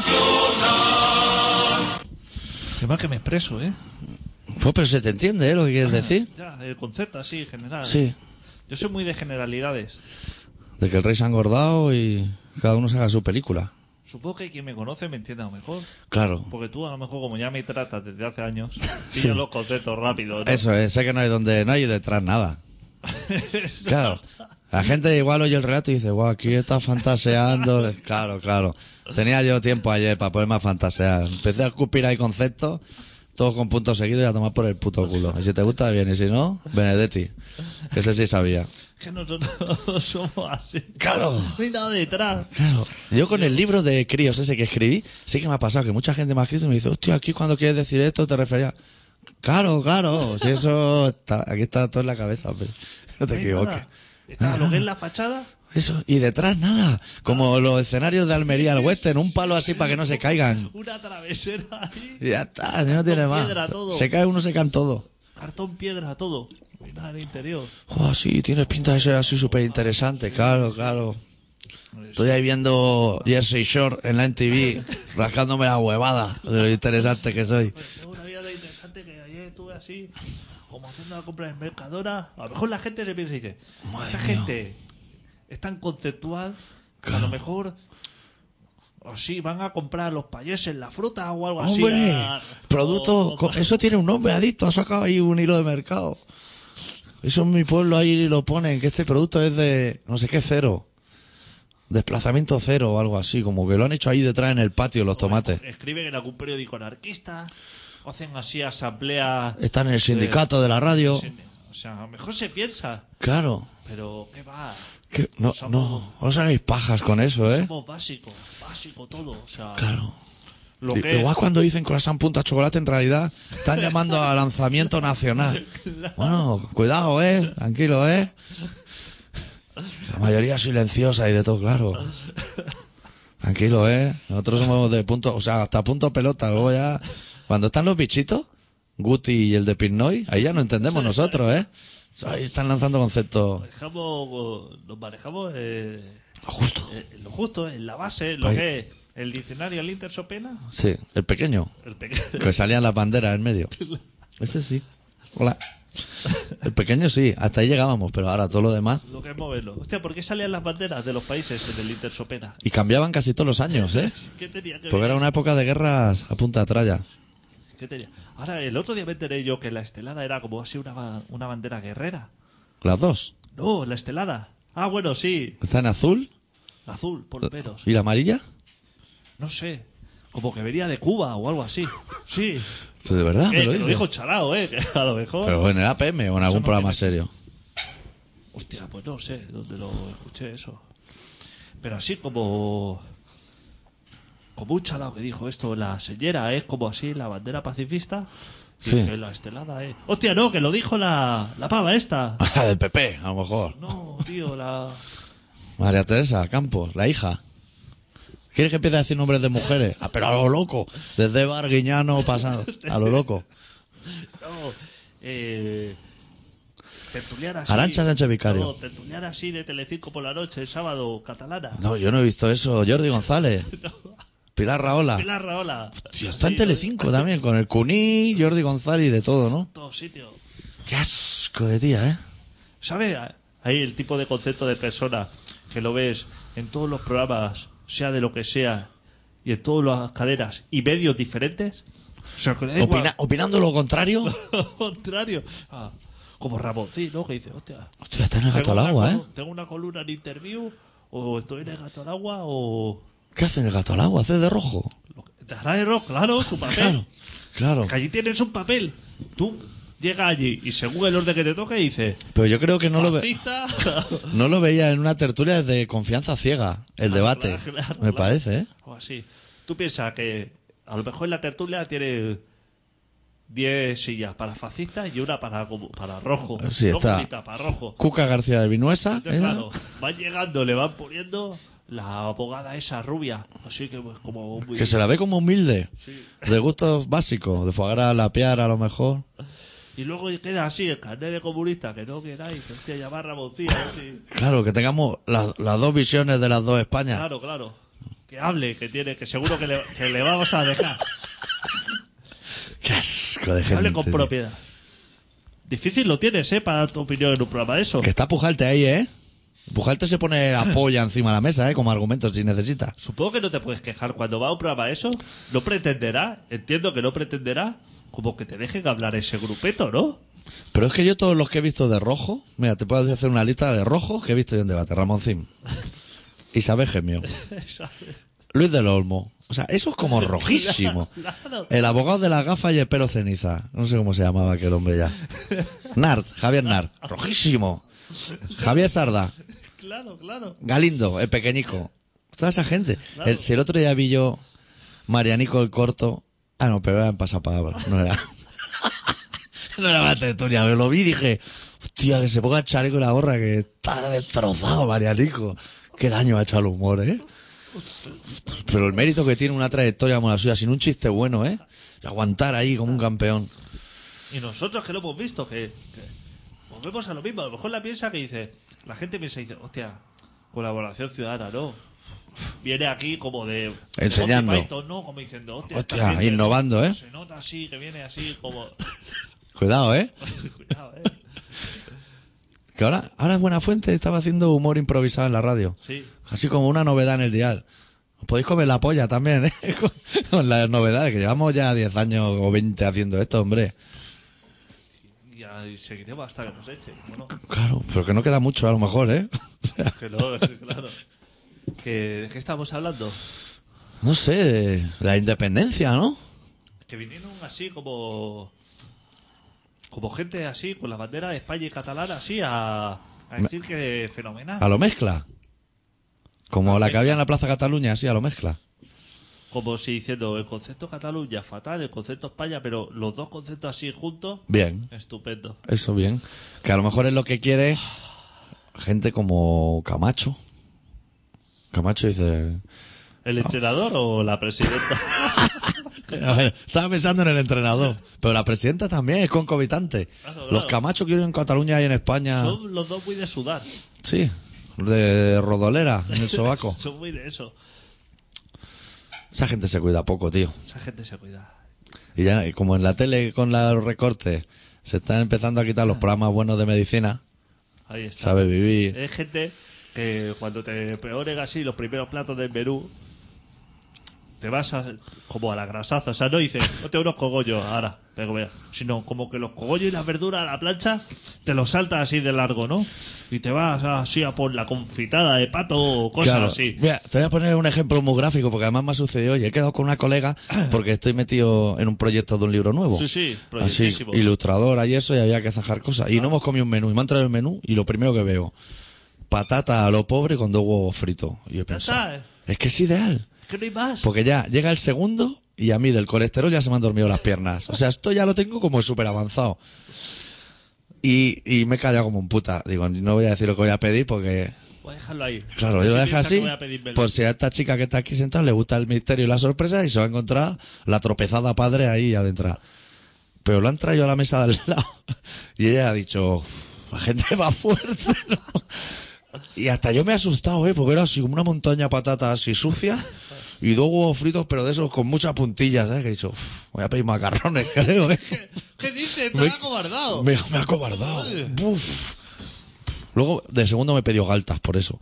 Speaker 2: Qué mal que me expreso, ¿eh?
Speaker 1: Pues pero se te entiende ¿eh? lo que quieres decir.
Speaker 2: Ya, el concepto así, general.
Speaker 1: Sí.
Speaker 2: Yo soy muy de generalidades.
Speaker 1: De que el rey se ha engordado y cada uno se haga su película.
Speaker 2: Supongo que quien me conoce me entienda mejor.
Speaker 1: Claro.
Speaker 2: Porque tú, a lo mejor, como ya me tratas desde hace años, pillo los conceptos rápido. ¿no?
Speaker 1: Eso es, sé que no hay donde, no hay detrás nada. Claro. La gente igual oye el relato y dice, guau, aquí está fantaseando. Claro, claro. Tenía yo tiempo ayer para ponerme a fantasear. Empecé a escupir ahí conceptos, todos con puntos seguidos y a tomar por el puto culo. Y si te gusta, bien. Y si no, Benedetti. Ese sí sabía.
Speaker 2: que nosotros somos así.
Speaker 1: Claro.
Speaker 2: No hay nada detrás.
Speaker 1: Claro. Yo con el libro de críos ese que escribí, sí que me ha pasado que mucha gente me ha escrito y me dice, hostia, aquí cuando quieres decir esto te refería. Claro, claro. Si eso está, aquí está todo en la cabeza, hombre. No te
Speaker 2: No hay
Speaker 1: equivoques.
Speaker 2: nada. Está lo que es la fachada.
Speaker 1: Eso, y detrás nada. Como los escenarios de Almería al Western, un palo así para que no se caigan.
Speaker 2: Una travesera ahí.
Speaker 1: Y ya está, si no tiene más.
Speaker 2: piedra, todo.
Speaker 1: Se cae uno, se caen todo.
Speaker 2: Cartón, piedra, todo. No hay nada en el interior.
Speaker 1: Oh, sí, tienes pinta de ser así súper interesante, claro, claro. Estoy ahí viendo Jersey Shore en la MTV, rascándome la huevada de lo interesante que soy.
Speaker 2: Pues tengo una vida tan interesante que ayer estuve así, como haciendo la compra en Mercadona. A lo mejor la gente se piensa y dice,
Speaker 1: Madre
Speaker 2: esta
Speaker 1: mía.
Speaker 2: gente es tan conceptual que a
Speaker 1: Claro.
Speaker 2: lo mejor así van a comprar los payeses, la fruta o algo así.
Speaker 1: Hombre,
Speaker 2: a-
Speaker 1: producto,
Speaker 2: o-
Speaker 1: co- eso tiene un nombre, adicto, ha sacado ahí un hilo de mercado. Eso en mi pueblo ahí lo ponen, que este producto es de no sé qué cero. Desplazamiento cero o algo así, como que lo han hecho ahí detrás en el patio los tomates.
Speaker 2: Escriben en algún periódico anarquista, o hacen así asambleas.
Speaker 1: Están en el sindicato de la radio.
Speaker 2: O sea, a lo mejor se piensa,
Speaker 1: Claro.
Speaker 2: pero ¿qué va?
Speaker 1: Que- no, no, no os hagáis pajas con eso, ¿eh?
Speaker 2: Somos básicos, básico todo. O sea,
Speaker 1: Claro.
Speaker 2: Lo
Speaker 1: I-
Speaker 2: que
Speaker 1: Igual cuando dicen croissant punta chocolate, en realidad están llamando a lanzamiento nacional. Bueno, cuidado, ¿eh? Tranquilo, ¿eh? La mayoría silenciosa y de todo, claro. Tranquilo, ¿eh? Nosotros somos de punto, o sea, hasta punto pelota. Luego ya, cuando están los bichitos, Guti y el de Pinoy, ahí ya no entendemos nosotros, ¿eh? O sea, ahí están lanzando conceptos.
Speaker 2: manejamos, nos manejamos eh,
Speaker 1: Justo.
Speaker 2: eh, en lo justo, en la base, en lo
Speaker 1: Ahí.
Speaker 2: que es el diccionario Linter Sopena,
Speaker 1: Sí, el pequeño.
Speaker 2: el pequeño.
Speaker 1: Que salían las banderas en medio. Ese sí. Hola. El pequeño sí, hasta ahí llegábamos, pero ahora todo lo demás.
Speaker 2: Lo que es moverlo. Hostia, ¿por qué salían las banderas de los países en el Linter Sopena?
Speaker 1: Y cambiaban casi todos los años, ¿eh?
Speaker 2: ¿Qué tenía que
Speaker 1: Porque
Speaker 2: ver?
Speaker 1: era una época de guerras a punta de tralla.
Speaker 2: ¿Qué tenía? Ahora, el otro día me enteré yo que la estelada era como así una, ba- una bandera guerrera.
Speaker 1: Las dos.
Speaker 2: No, la estelada. Ah, bueno, sí.
Speaker 1: Está en azul.
Speaker 2: Azul, por lo menos.
Speaker 1: ¿Y la amarilla?
Speaker 2: No sé. Como que venía de Cuba o algo así. Sí.
Speaker 1: Sí, de verdad, me
Speaker 2: Eh,
Speaker 1: lo
Speaker 2: que lo
Speaker 1: dice.
Speaker 2: dijo Charao, ¿eh? que a lo mejor.
Speaker 1: Pero en el APM o en algún
Speaker 2: no
Speaker 1: programa
Speaker 2: tiene-
Speaker 1: serio.
Speaker 2: Hostia, pues no sé dónde lo escuché eso. Pero así como. Como un chalao que dijo esto, la señera es como así, la bandera pacifista. Y
Speaker 1: Sí.
Speaker 2: que la estelada es. Hostia, no, que lo dijo la, la pava esta.
Speaker 1: Del PP, a lo mejor.
Speaker 2: No, tío, la.
Speaker 1: María Teresa Campos, la hija. ¿Quieres que empiece a decir nombres de mujeres? Ah, pero a lo loco. Desde Barguiñano pasado. A lo loco.
Speaker 2: No, eh. Tertuliana así.
Speaker 1: Arantxa Sánchez Vicario.
Speaker 2: No, tertuliana así de Telecinco por la noche, el sábado, catalana.
Speaker 1: No, yo no he visto eso. Jordi González. Pilar Raola.
Speaker 2: Pilar Rahola.
Speaker 1: Tío, Ah. está en
Speaker 2: Así, ¿no?
Speaker 1: Telecinco también, con el Cuní, Jordi González y de todo, ¿no?
Speaker 2: todos sitios.
Speaker 1: Qué asco de tía, ¿eh?
Speaker 2: ¿Sabes? Ahí el tipo de concepto de persona que lo ves en todos los programas, sea de lo que sea, y en todas las caderas y medios diferentes. O sea, que le da igual.
Speaker 1: Opina- opinando lo contrario.
Speaker 2: Al contrario. Ah, como Ramoncito, que dice, hostia.
Speaker 1: Hostia, está en el gato al
Speaker 2: tengo una
Speaker 1: agua, ¿eh?
Speaker 2: colu- Tengo una columna en interview, o estoy en el gato al agua, o.
Speaker 1: ¿Qué hace en el gato al agua? ¿Hace de rojo?
Speaker 2: lo que- Te hará error, claro, su papel.
Speaker 1: Claro, claro.
Speaker 2: Que allí tienes un papel. Tú llegas allí y según el orden que te toque, dices.
Speaker 1: Pero yo creo que no lo, ve-
Speaker 2: "Fascista".
Speaker 1: no lo veía en una tertulia de confianza ciega, el debate.
Speaker 2: Claro, claro,
Speaker 1: Me
Speaker 2: claro.
Speaker 1: parece, ¿eh?
Speaker 2: O así. Tú piensas que a lo mejor en la tertulia tiene 10 sillas para fascistas y una para, como- para rojo.
Speaker 1: Sí,
Speaker 2: No
Speaker 1: está.
Speaker 2: bonita, para rojo.
Speaker 1: Cuca García de Vinuesa.
Speaker 2: Entonces,
Speaker 1: ¿eh?
Speaker 2: claro, van llegando, le van poniendo la abogada esa rubia. Así que pues, como muy...
Speaker 1: Que se la ve como humilde.
Speaker 2: Sí.
Speaker 1: De gustos básicos. De fogar a la piara, a lo mejor.
Speaker 2: Y luego queda así el carnet de comunista, que no queráis. Hostia, llamar Ramoncillo.
Speaker 1: Ah.
Speaker 2: así.
Speaker 1: Claro, que tengamos las- las dos visiones de las dos Españas.
Speaker 2: Claro, claro. Que hable, que tiene, que seguro que le, que le vamos a dejar.
Speaker 1: Qué asco de
Speaker 2: Que
Speaker 1: gente.
Speaker 2: hable con
Speaker 1: tío.
Speaker 2: propiedad. Difícil lo tienes, ¿eh? Para dar tu opinión en un programa de eso.
Speaker 1: Que está Pujalte ahí, ¿eh? Pujalte se pone la polla encima de la mesa, ¿eh? Como argumento si necesita.
Speaker 2: Supongo que no te puedes quejar cuando va a un programa de eso. No pretenderá, entiendo que no pretenderá, como que te dejen hablar ese grupeto, ¿no?
Speaker 1: Pero es que yo todos los que he visto de rojo, mira, te puedo hacer una lista de rojos que he visto yo en debate. Ramón Zim. Isabel Gemio.
Speaker 2: ¿Sabes?
Speaker 1: Luis del Olmo. O sea, eso es como rojísimo.
Speaker 2: Claro.
Speaker 1: El abogado de la gafa y el pelo ceniza. No sé cómo se llamaba aquel hombre ya. Nard, Javier Nard. Rojísimo. Javier Sarda.
Speaker 2: Claro, claro.
Speaker 1: Galindo, el pequeñico. Toda esa gente. El, si el otro día vi yo Marianico el corto. Ah, no, pero era en pasapalabra. No era. no era una tertulia, pero lo vi y dije. Hostia, que se ponga el chaleco y la gorra, que está destrozado Marianico. Qué daño ha hecho al humor, ¿eh? Pero el mérito que tiene una trayectoria como la suya, sin un chiste bueno, ¿eh? Aguantar ahí como un campeón.
Speaker 2: Y nosotros que lo hemos visto, que, que volvemos a lo mismo. A lo mejor la piensa que dice, la gente piensa y dice, hostia, colaboración ciudadana, ¿no? Viene aquí como de. de
Speaker 1: Enseñando.
Speaker 2: Monty Python, ¿no? Como diciendo, hostia, esta
Speaker 1: Hostia,
Speaker 2: gente
Speaker 1: innovando, ¿eh?
Speaker 2: Se nota así, que viene así, como.
Speaker 1: Cuidado, ¿eh?
Speaker 2: Cuidado, ¿eh?
Speaker 1: Que ahora, ahora Buena Fuente estaba haciendo humor improvisado en la radio.
Speaker 2: Sí.
Speaker 1: Así como una novedad en el dial. Os podéis comer la polla también, ¿eh? Con, con las novedades, que llevamos ya 10 años o 20 haciendo esto, hombre.
Speaker 2: Y ahí seguiremos hasta que nos echen, ¿o no?
Speaker 1: Claro, pero que no queda mucho a lo mejor, ¿eh? O sea,
Speaker 2: Que no, sí, claro. Que, ¿De qué estábamos hablando?
Speaker 1: no sé, de la independencia, ¿no?
Speaker 2: Que vinieron así como. Como gente así, con la bandera de España y catalana, así a, a decir que fenomenal.
Speaker 1: A lo mezcla. Como la que había en la Plaza Cataluña, así, a lo mezcla.
Speaker 2: como si diciendo el concepto Cataluña fatal, el concepto España, pero los dos conceptos así juntos,
Speaker 1: Bien.
Speaker 2: estupendo.
Speaker 1: Eso bien. Que a lo mejor es lo que quiere gente como Camacho. Camacho dice... Ah.
Speaker 2: ¿El entrenador o la presidenta?
Speaker 1: A ver, estaba pensando en el entrenador, pero la presidenta también es concomitante.
Speaker 2: Ah, Claro, claro.
Speaker 1: Los Camacho que hay en Cataluña y en España...
Speaker 2: Son los dos muy de sudar.
Speaker 1: Sí, de rodolera en el sobaco.
Speaker 2: Son muy de eso.
Speaker 1: Esa gente se cuida poco, tío.
Speaker 2: Esa gente se cuida.
Speaker 1: Y ya, y como en la tele con la- los recortes se están empezando a quitar los programas buenos de medicina,
Speaker 2: Ahí está.
Speaker 1: sabe vivir.
Speaker 2: Es gente que cuando te peoren así los primeros platos del menú, te vas a- como a la grasaza. O sea, no dices, no te unos cogollos ahora, pero vea", sino como que los cogollos y las verduras a la plancha te los saltas así de largo, ¿no? Y te vas así a por la confitada de pato o cosas
Speaker 1: Claro.
Speaker 2: así.
Speaker 1: Mira, te voy a poner un ejemplo muy gráfico porque además me ha sucedido y he quedado con una colega porque estoy metido en un proyecto de un libro nuevo.
Speaker 2: Sí, sí,
Speaker 1: Así,
Speaker 2: proyectísimo.
Speaker 1: ilustradora y eso y había que zanjar cosas.
Speaker 2: Ah.
Speaker 1: Y no hemos comido un menú y me han traído el menú y lo primero que veo, patata a lo pobre con dos huevos fritos. Y yo he
Speaker 2: Ya
Speaker 1: pensado,
Speaker 2: está. eh.
Speaker 1: es que es ideal.
Speaker 2: Es que no hay más.
Speaker 1: Porque ya llega el segundo y a mí del colesterol ya se me han dormido las piernas. O sea, esto ya lo tengo como súper avanzado. Y, y me he callado como un puta. Digo, no voy a decir lo que voy a pedir porque...
Speaker 2: Voy a dejarlo ahí.
Speaker 1: Claro, yo lo
Speaker 2: Así
Speaker 1: dejo
Speaker 2: piensa que
Speaker 1: así.
Speaker 2: voy a pedírmelo.
Speaker 1: Por si a esta chica que está aquí sentada le gusta el misterio y la sorpresa y se va a encontrar la tropezada padre ahí adentro. Pero lo han traído a la mesa del lado. Y ella ha dicho, la gente va fuerte. ¿no?". Y hasta yo me he asustado, ¿eh? Porque era así como una montaña de patatas así sucia y dos huevos fritos, pero de esos con muchas puntillas, ¿sabes? Que he dicho, "Uf, voy a pedir macarrones, creo, ¿eh?
Speaker 2: ¿Qué dices? Te
Speaker 1: Me-
Speaker 2: has acobardado.
Speaker 1: Me, me ha acobardado. Buf. Luego, de segundo me pidió galtas, por eso.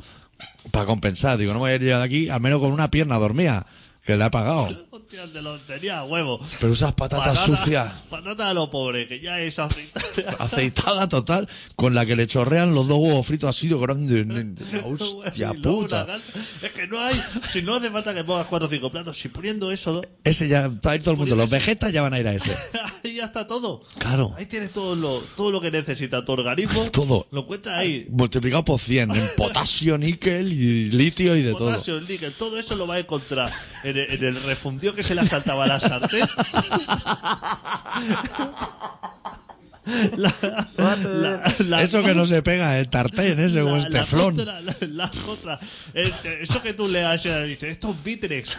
Speaker 1: Para compensar. Digo, no me voy a ir yo de aquí, al menos con una pierna dormía, que le ha pagado.
Speaker 2: Hostia, te lo tenía a huevo.
Speaker 1: Pero esas patatas
Speaker 2: Patata-
Speaker 1: sucias,
Speaker 2: Patata a lo pobre, que ya es aceitada.
Speaker 1: aceitada total, con la que le chorrean los dos huevos fritos así de grandes. nen- Hostia
Speaker 2: Y luego una
Speaker 1: puta.
Speaker 2: gana- Es que no hay. Si no hace falta que pongas cuatro o cinco platos, si poniendo eso, do-
Speaker 1: Ese ya va a ir todo el mundo. Los vegetas ya van a ir a ese.
Speaker 2: ahí ya está todo.
Speaker 1: Claro.
Speaker 2: Ahí tienes todo lo, todo lo que necesita tu organismo.
Speaker 1: Todo.
Speaker 2: Lo encuentras ahí.
Speaker 1: Multiplicado por 100 en potasio, níquel y litio y de todo.
Speaker 2: Potasio, níquel, todo eso lo vas a encontrar en el, en el refundido que se le asaltaba a la sartén. La- la- la-
Speaker 1: Eso que no se pega, el tartén ese o este el teflón.
Speaker 2: Otra, la, la otra. Este, eso que tú le haces, dices, estos vítrex.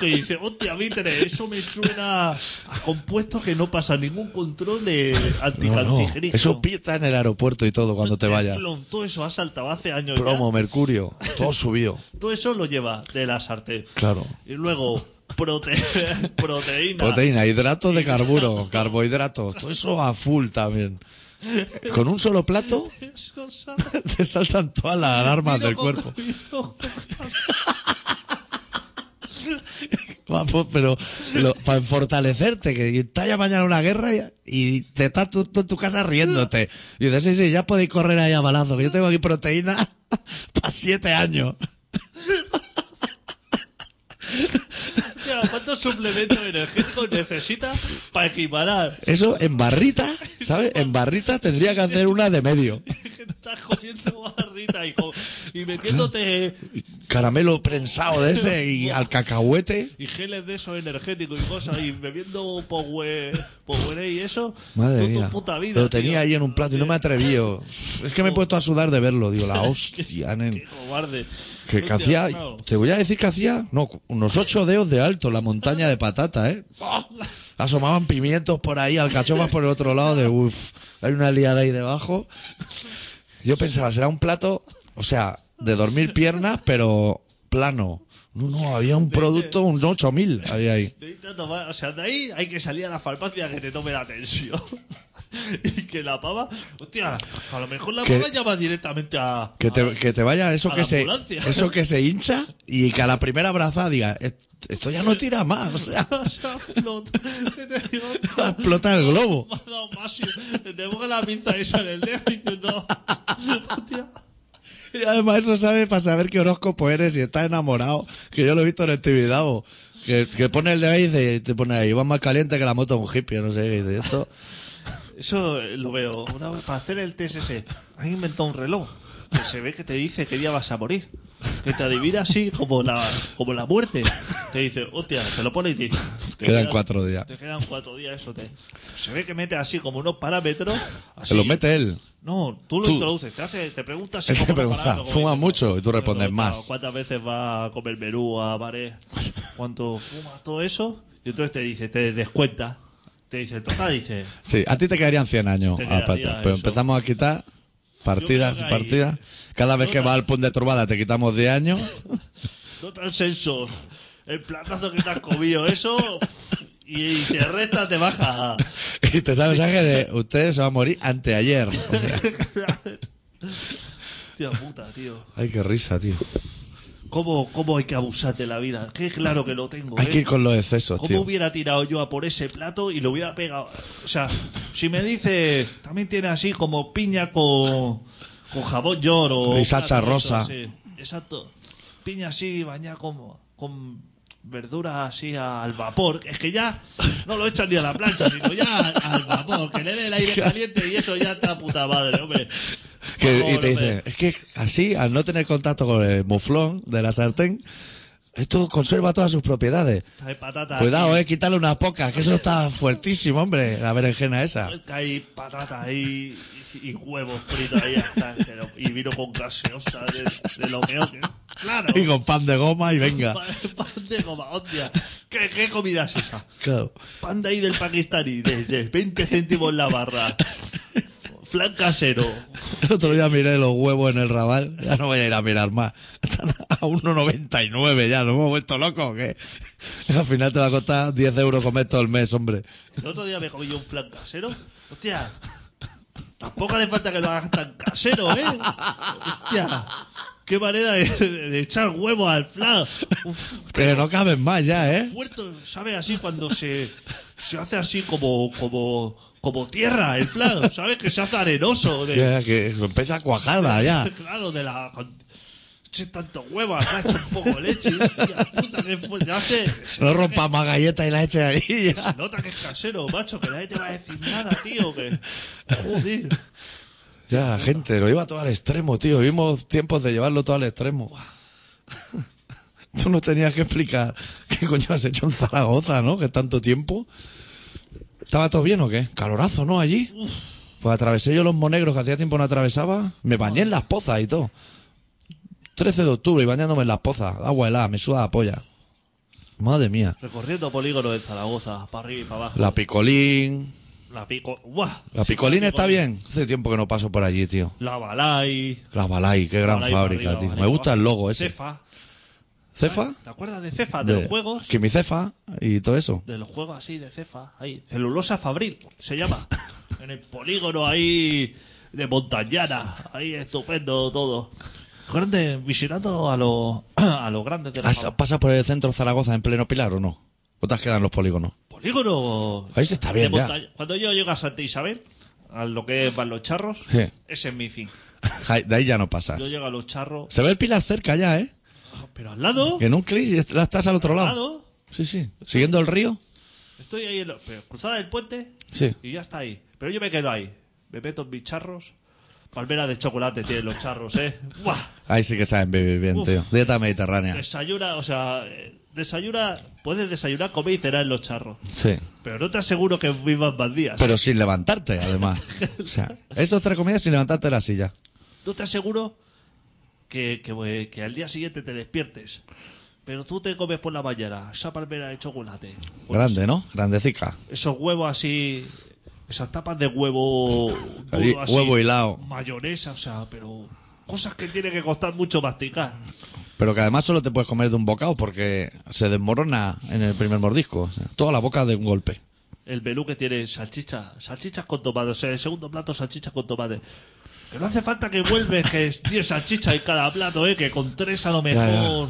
Speaker 2: Que dice, hostia, vítrex, eso me suena a compuesto que no pasa ningún control de anti
Speaker 1: No, no.
Speaker 2: anticancerígeno.
Speaker 1: Eso pita en el aeropuerto y todo cuando te vayas.
Speaker 2: Teflón, todo eso ha saltado hace años. ya.
Speaker 1: Plomo, mercurio, todo subido.
Speaker 2: Todo eso lo lleva de la sartén.
Speaker 1: Claro.
Speaker 2: Y luego, prote proteína.
Speaker 1: Proteína, hidratos de carburo, carbohidratos, todo eso a full también. Con un solo plato
Speaker 2: Eso sabe.
Speaker 1: te saltan todas las alarmas
Speaker 2: Vino
Speaker 1: del
Speaker 2: con-
Speaker 1: cuerpo.
Speaker 2: vino
Speaker 1: Vamos, pero para fortalecerte, que está ya mañana una guerra y, y te estás tú, tú en tu casa riéndote. Y dices, sí, sí, ya podéis correr ahí a balazo, que yo tengo aquí proteína para siete años.
Speaker 2: Hostia, ¿Cuántos suplementos energéticos necesitas para equiparar?
Speaker 1: Eso en barrita, ¿sabes? En barrita tendría que hacer una de medio.
Speaker 2: Que te estás comiendo barrita y, co- y metiéndote
Speaker 1: Caramelo prensado de ese y al cacahuete.
Speaker 2: y geles de esos energéticos y cosas y bebiendo power, power y eso.
Speaker 1: Madre
Speaker 2: tú
Speaker 1: mía.
Speaker 2: tu puta vida.
Speaker 1: lo tenía
Speaker 2: tío.
Speaker 1: ahí en un plato y no me atreví. yo. Es que me he puesto a sudar de verlo. Digo, la hostia,
Speaker 2: Qué
Speaker 1: nen.
Speaker 2: cobarde.
Speaker 1: Que, que
Speaker 2: Hostia,
Speaker 1: hacía,
Speaker 2: claro.
Speaker 1: te voy a decir que hacía, no, unos ocho dedos de alto la montaña de patata, ¿eh? ¡Ah! Asomaban pimientos por ahí, alcachofas por el otro lado, de uff, hay una liada ahí debajo. Yo pensaba, será un plato, o sea, de dormir piernas, pero plano. No, no, había un producto, un 8000 había ahí.
Speaker 2: Te intenta tomar- o sea, de ahí hay que salir a la farmacia que te tome la tensión. y que la pava. Hostia, a lo mejor la
Speaker 1: Que-
Speaker 2: pava ya va directamente a.
Speaker 1: Que
Speaker 2: a-
Speaker 1: te, que te vaya eso
Speaker 2: a
Speaker 1: que
Speaker 2: la
Speaker 1: se
Speaker 2: ambulancia.
Speaker 1: eso que se hincha y que a la primera brazada diga "Est- esto ya no tira más, o sea,
Speaker 2: O sea, flot- que te digo,
Speaker 1: va a explotar el globo.
Speaker 2: me ha dado más y- Te pongo la pinza esa en el dedo diciendo. Hostia.
Speaker 1: Y además eso sabe para saber qué horóscopo eres y estás enamorado, que yo lo he visto en el Tibidabo, que, que pone el de ahí y dice- te pone ahí, vas más caliente que la moto de un hippie, no sé, y dice, esto
Speaker 2: Eso eh, lo veo. Una vez para hacer el TSS, han inventado un reloj que se ve que te dice qué día vas a morir. que te adivina así como la, como la muerte. Te dice, hostia, se lo pone y te dice... te
Speaker 1: Quedan
Speaker 2: queda-
Speaker 1: cuatro días.
Speaker 2: Te quedan cuatro días, eso te... Se ve que mete así como unos parámetros.
Speaker 1: Se
Speaker 2: así.
Speaker 1: lo mete él.
Speaker 2: No, tú lo
Speaker 1: Tú.
Speaker 2: introduces, te, hace, te preguntas... si
Speaker 1: Él te
Speaker 2: como un
Speaker 1: pregunta,
Speaker 2: aparato, como
Speaker 1: ¿fuma
Speaker 2: dices,
Speaker 1: mucho? Y tú
Speaker 2: pero,
Speaker 1: respondes,
Speaker 2: claro,
Speaker 1: más.
Speaker 2: ¿Cuántas veces va a comer menú a bares? ¿Cuánto fuma? Todo eso. Y entonces te dice, te descuenta. Te dice, total, dice...
Speaker 1: Sí, a ti te quedarían 100 años
Speaker 2: Te
Speaker 1: a
Speaker 2: quedaría
Speaker 1: Pacha, Pero
Speaker 2: eso.
Speaker 1: empezamos a quitar partidas,
Speaker 2: Yo creo que ahí-
Speaker 1: partidas. Cada vez que
Speaker 2: Todas.
Speaker 1: va al pun de turbada te quitamos 10 años.
Speaker 2: No tan senso. El platazo que te has comido, eso. Y, y te resta, te baja.
Speaker 1: Y te sale el mensaje de usted se va a morir anteayer. O sea,
Speaker 2: Tío puta, tío.
Speaker 1: ay, qué risa, tío.
Speaker 2: ¿Cómo, ¿Cómo hay que abusar de la vida? Que claro que lo tengo.
Speaker 1: Hay
Speaker 2: ¿eh?
Speaker 1: que ir con los excesos,
Speaker 2: ¿Cómo
Speaker 1: tío.
Speaker 2: hubiera tirado yo a por ese plato y lo hubiera pegado? O sea, si me dice, también tiene así como piña con, con jabón york o...
Speaker 1: Y salsa
Speaker 2: plato de
Speaker 1: rosa.
Speaker 2: esos, sí. exacto. Piña así bañada con, con verduras así al vapor. Es que ya no lo echan ni a la plancha, sino ya al, al vapor. Que le dé el aire caliente y eso ya está puta madre, hombre.
Speaker 1: Que- y
Speaker 2: Vamos,
Speaker 1: te
Speaker 2: hombre.
Speaker 1: dice, es que así, al no tener contacto con el muflón de la sartén, esto conserva todas sus propiedades.
Speaker 2: Hay patatas.
Speaker 1: Cuidado, eh, quitarle unas pocas, que eso está fuertísimo, hombre, la berenjena esa.
Speaker 2: Que hay patatas ahí y, y huevos fritos ahí hasta entero. Y vino con gaseosa de, de lo que que- Claro.
Speaker 1: Y con pan de goma y venga.
Speaker 2: Pa- Pan de goma, hostia. ¿Qué, qué comida es esa?
Speaker 1: Claro.
Speaker 2: Pan de ahí del pakistaní, de, de 20 céntimos la barra. Flan casero.
Speaker 1: El otro día miré los huevos en el rabal, ya no voy a ir a mirar más. Están a 1,99 ya, nos hemos vuelto locos, que al final te va a costar 10 euros comer todo el mes, hombre.
Speaker 2: El otro día me comí yo un flan casero. Hostia. Tampoco hace falta que lo hagas tan casero, ¿eh? Hostia. Qué manera de, de echar huevo al flan. Uf,
Speaker 1: Que no caben más ya, ¿eh?
Speaker 2: Puerto, ¿sabes? Así cuando se, se hace así como, como, como tierra el flan, ¿sabes? Que se hace arenoso. De,
Speaker 1: Ya, que empieza a cuajarla ya.
Speaker 2: Claro, de la. con- Eche tanto huevas, ha hecho un poco de leche. Hostia puta, qué fuerte. Ya sé, se
Speaker 1: No rompas más galletas y las eches ahí ya.
Speaker 2: nota que es casero, macho, que nadie te va a decir nada, tío. Que, joder.
Speaker 1: Ya, la gente, lo lleva todo al extremo, tío. Vimos tiempos de llevarlo todo al extremo. Tú nos tenías que explicar qué coño has hecho en Zaragoza, ¿no? Que tanto tiempo. ¿Estaba todo bien o qué? Calorazo, ¿no? Allí. Pues atravesé yo los monegros que hacía tiempo no atravesaba. Me bañé en las pozas y todo. 13 de octubre y bañándome en las pozas. Agua helada, me suda la polla. Madre mía.
Speaker 2: Recorriendo polígonos de Zaragoza, para arriba y para abajo.
Speaker 1: La picolín.
Speaker 2: La pico. ¡Buah!
Speaker 1: La
Speaker 2: Sí,
Speaker 1: picolín está
Speaker 2: picolín.
Speaker 1: bien. Hace tiempo que no paso por allí, tío.
Speaker 2: La balay.
Speaker 1: La Balay, qué gran
Speaker 2: Balay para
Speaker 1: fábrica,
Speaker 2: arriba,
Speaker 1: tío. Me
Speaker 2: Balay para
Speaker 1: gusta el
Speaker 2: abajo.
Speaker 1: logo ese.
Speaker 2: Cefa.
Speaker 1: ¿Cefa?
Speaker 2: ¿Te acuerdas de Cefa, de, los juegos?
Speaker 1: Que mi cefa y todo eso.
Speaker 2: De los juegos así, de cefa, ahí. Celulosa Fabril, se llama. en el polígono ahí de Montañana. Ahí estupendo todo. Grande, visitando a los a los grandes de la
Speaker 1: ¿Has-
Speaker 2: fab-
Speaker 1: ¿Pasa por el centro de Zaragoza en pleno pilar o no? ¿O te has quedado en los polígonos?
Speaker 2: polígono.
Speaker 1: Ahí se está bien,
Speaker 2: de
Speaker 1: ya.
Speaker 2: Monta- Cuando yo llego a Santa Isabel, a lo que van los charros,
Speaker 1: Sí.
Speaker 2: ese es mi fin.
Speaker 1: Ay, De ahí ya no pasa.
Speaker 2: Yo llego a los charros,
Speaker 1: Se ve el pilar cerca ya, ¿eh?
Speaker 2: pero al lado,
Speaker 1: Que en un clic y est- la estás al otro
Speaker 2: al
Speaker 1: lado.
Speaker 2: lado,
Speaker 1: Sí, sí. ¿Siguiendo el río?
Speaker 2: estoy ahí en lo- pero cruzada del puente,
Speaker 1: Sí.
Speaker 2: Y ya está ahí. Pero yo me quedo ahí. Me meto en mis charros. Palmera de chocolate tienen los charros, ¿eh? ¡Buah!
Speaker 1: Ahí sí que saben vivir bien,
Speaker 2: Uf.
Speaker 1: tío. Dieta mediterránea.
Speaker 2: Desayuna, o sea, eh, desayuna, puedes desayunar, comer y cenar en los charros.
Speaker 1: Sí.
Speaker 2: Pero no te aseguro que vivas más días.
Speaker 1: Pero sin levantarte, además. O sea, esos tres comidas sin levantarte de la silla.
Speaker 2: No te aseguro que, eh, que- que al día siguiente te despiertes. Pero tú te comes por la mañana esa palmera de chocolate. con
Speaker 1: Grande, ¿no? Grandecica.
Speaker 2: Esos huevos así. Esas tapas de huevo. duro
Speaker 1: Ahí,
Speaker 2: así,
Speaker 1: huevo hilado.
Speaker 2: Mayonesa, o sea, pero. Cosas que tiene que costar mucho masticar.
Speaker 1: Pero que además solo te puedes comer de un bocado porque se desmorona en el primer mordisco. O sea, toda la boca de un golpe.
Speaker 2: El menú que tiene salchicha, salchichas con tomate, o sea, el segundo plato salchichas con tomate. Que no hace falta que vuelves que es 10 salchichas en cada plato, eh, que con tres a lo
Speaker 1: ya.
Speaker 2: mejor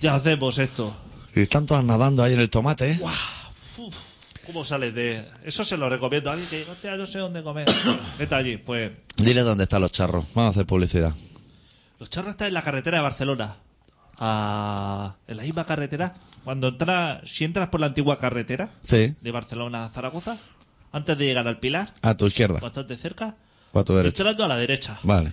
Speaker 2: ya hacemos esto.
Speaker 1: Y están todas nadando ahí en el tomate, ¿eh?
Speaker 2: Uf, ¿Cómo sales de...? Eso se lo recomiendo a alguien que diga, hostia, no sé dónde comer. Vete allí. Pues
Speaker 1: Dile dónde están los charros. Vamos a hacer publicidad.
Speaker 2: los charros están en la carretera de Barcelona. Ah, en la misma carretera. Cuando entras, si entras por la antigua carretera
Speaker 1: Sí.
Speaker 2: de Barcelona a Zaragoza, antes de llegar al Pilar,
Speaker 1: A tu izquierda.
Speaker 2: bastante cerca,
Speaker 1: O a tu derecha.
Speaker 2: entrando a la derecha.
Speaker 1: Vale.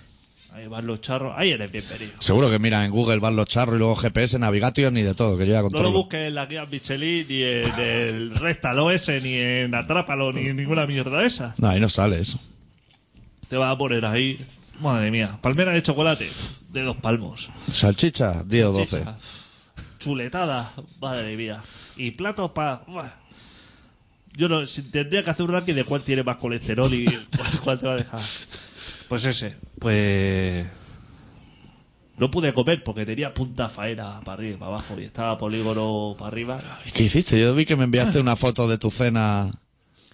Speaker 2: Ahí van los charros. Ahí eres bienvenido.
Speaker 1: Seguro que mira en Google van los charros y luego GPS, Navigation y de todo, que yo ya
Speaker 2: No lo
Speaker 1: controlo.
Speaker 2: busques en la guía Michelin, ni en el Réstalo ese, ni en Atrápalo, ni en ninguna mierda de esa.
Speaker 1: no, ahí no sale eso.
Speaker 2: Te vas a poner ahí. Madre mía. Palmera de chocolate. De dos palmos.
Speaker 1: Salchicha, 10 o 12.
Speaker 2: Chicha. Chuletada. Madre mía. Y platos para. Yo no, si tendría que hacer un ranking de cuál tiene más colesterol y cuál, cuál te va a dejar. Pues ese. Pues. No pude comer porque tenía punta faena para arriba y para abajo y estaba polígono para arriba.
Speaker 1: ¿Qué hiciste? Yo vi que me enviaste una foto de tu cena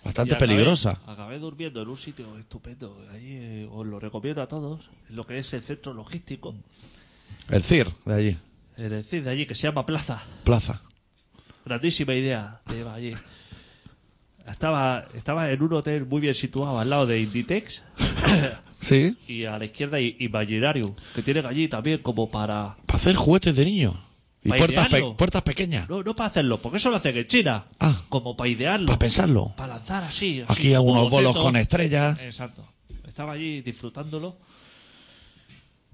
Speaker 1: bastante
Speaker 2: Y acabé-
Speaker 1: peligrosa.
Speaker 2: Acabé durmiendo en un sitio estupendo. Ahí eh, os lo recomiendo a todos. en Lo que es el centro logístico.
Speaker 1: El CIR de allí,
Speaker 2: Es decir, de allí que se llama Plaza.
Speaker 1: plaza.
Speaker 2: Grandísima idea te lleva allí. Estaba, estaba en un hotel muy bien situado al lado de Inditex
Speaker 1: Sí.
Speaker 2: y a la izquierda I- Imaginarium, que tienen allí también como para...
Speaker 1: Para hacer juguetes de niño. Y
Speaker 2: ¿Para
Speaker 1: puertas, pe-
Speaker 2: idearlo?
Speaker 1: puertas pequeñas.
Speaker 2: No, no para hacerlo, porque eso lo hacen en China.
Speaker 1: Ah.
Speaker 2: Como para idearlo.
Speaker 1: Para pensarlo.
Speaker 2: Para lanzar así. así,
Speaker 1: Aquí algunos
Speaker 2: como
Speaker 1: bolos
Speaker 2: bocetos.
Speaker 1: con estrellas.
Speaker 2: Exacto. Estaba allí disfrutándolo.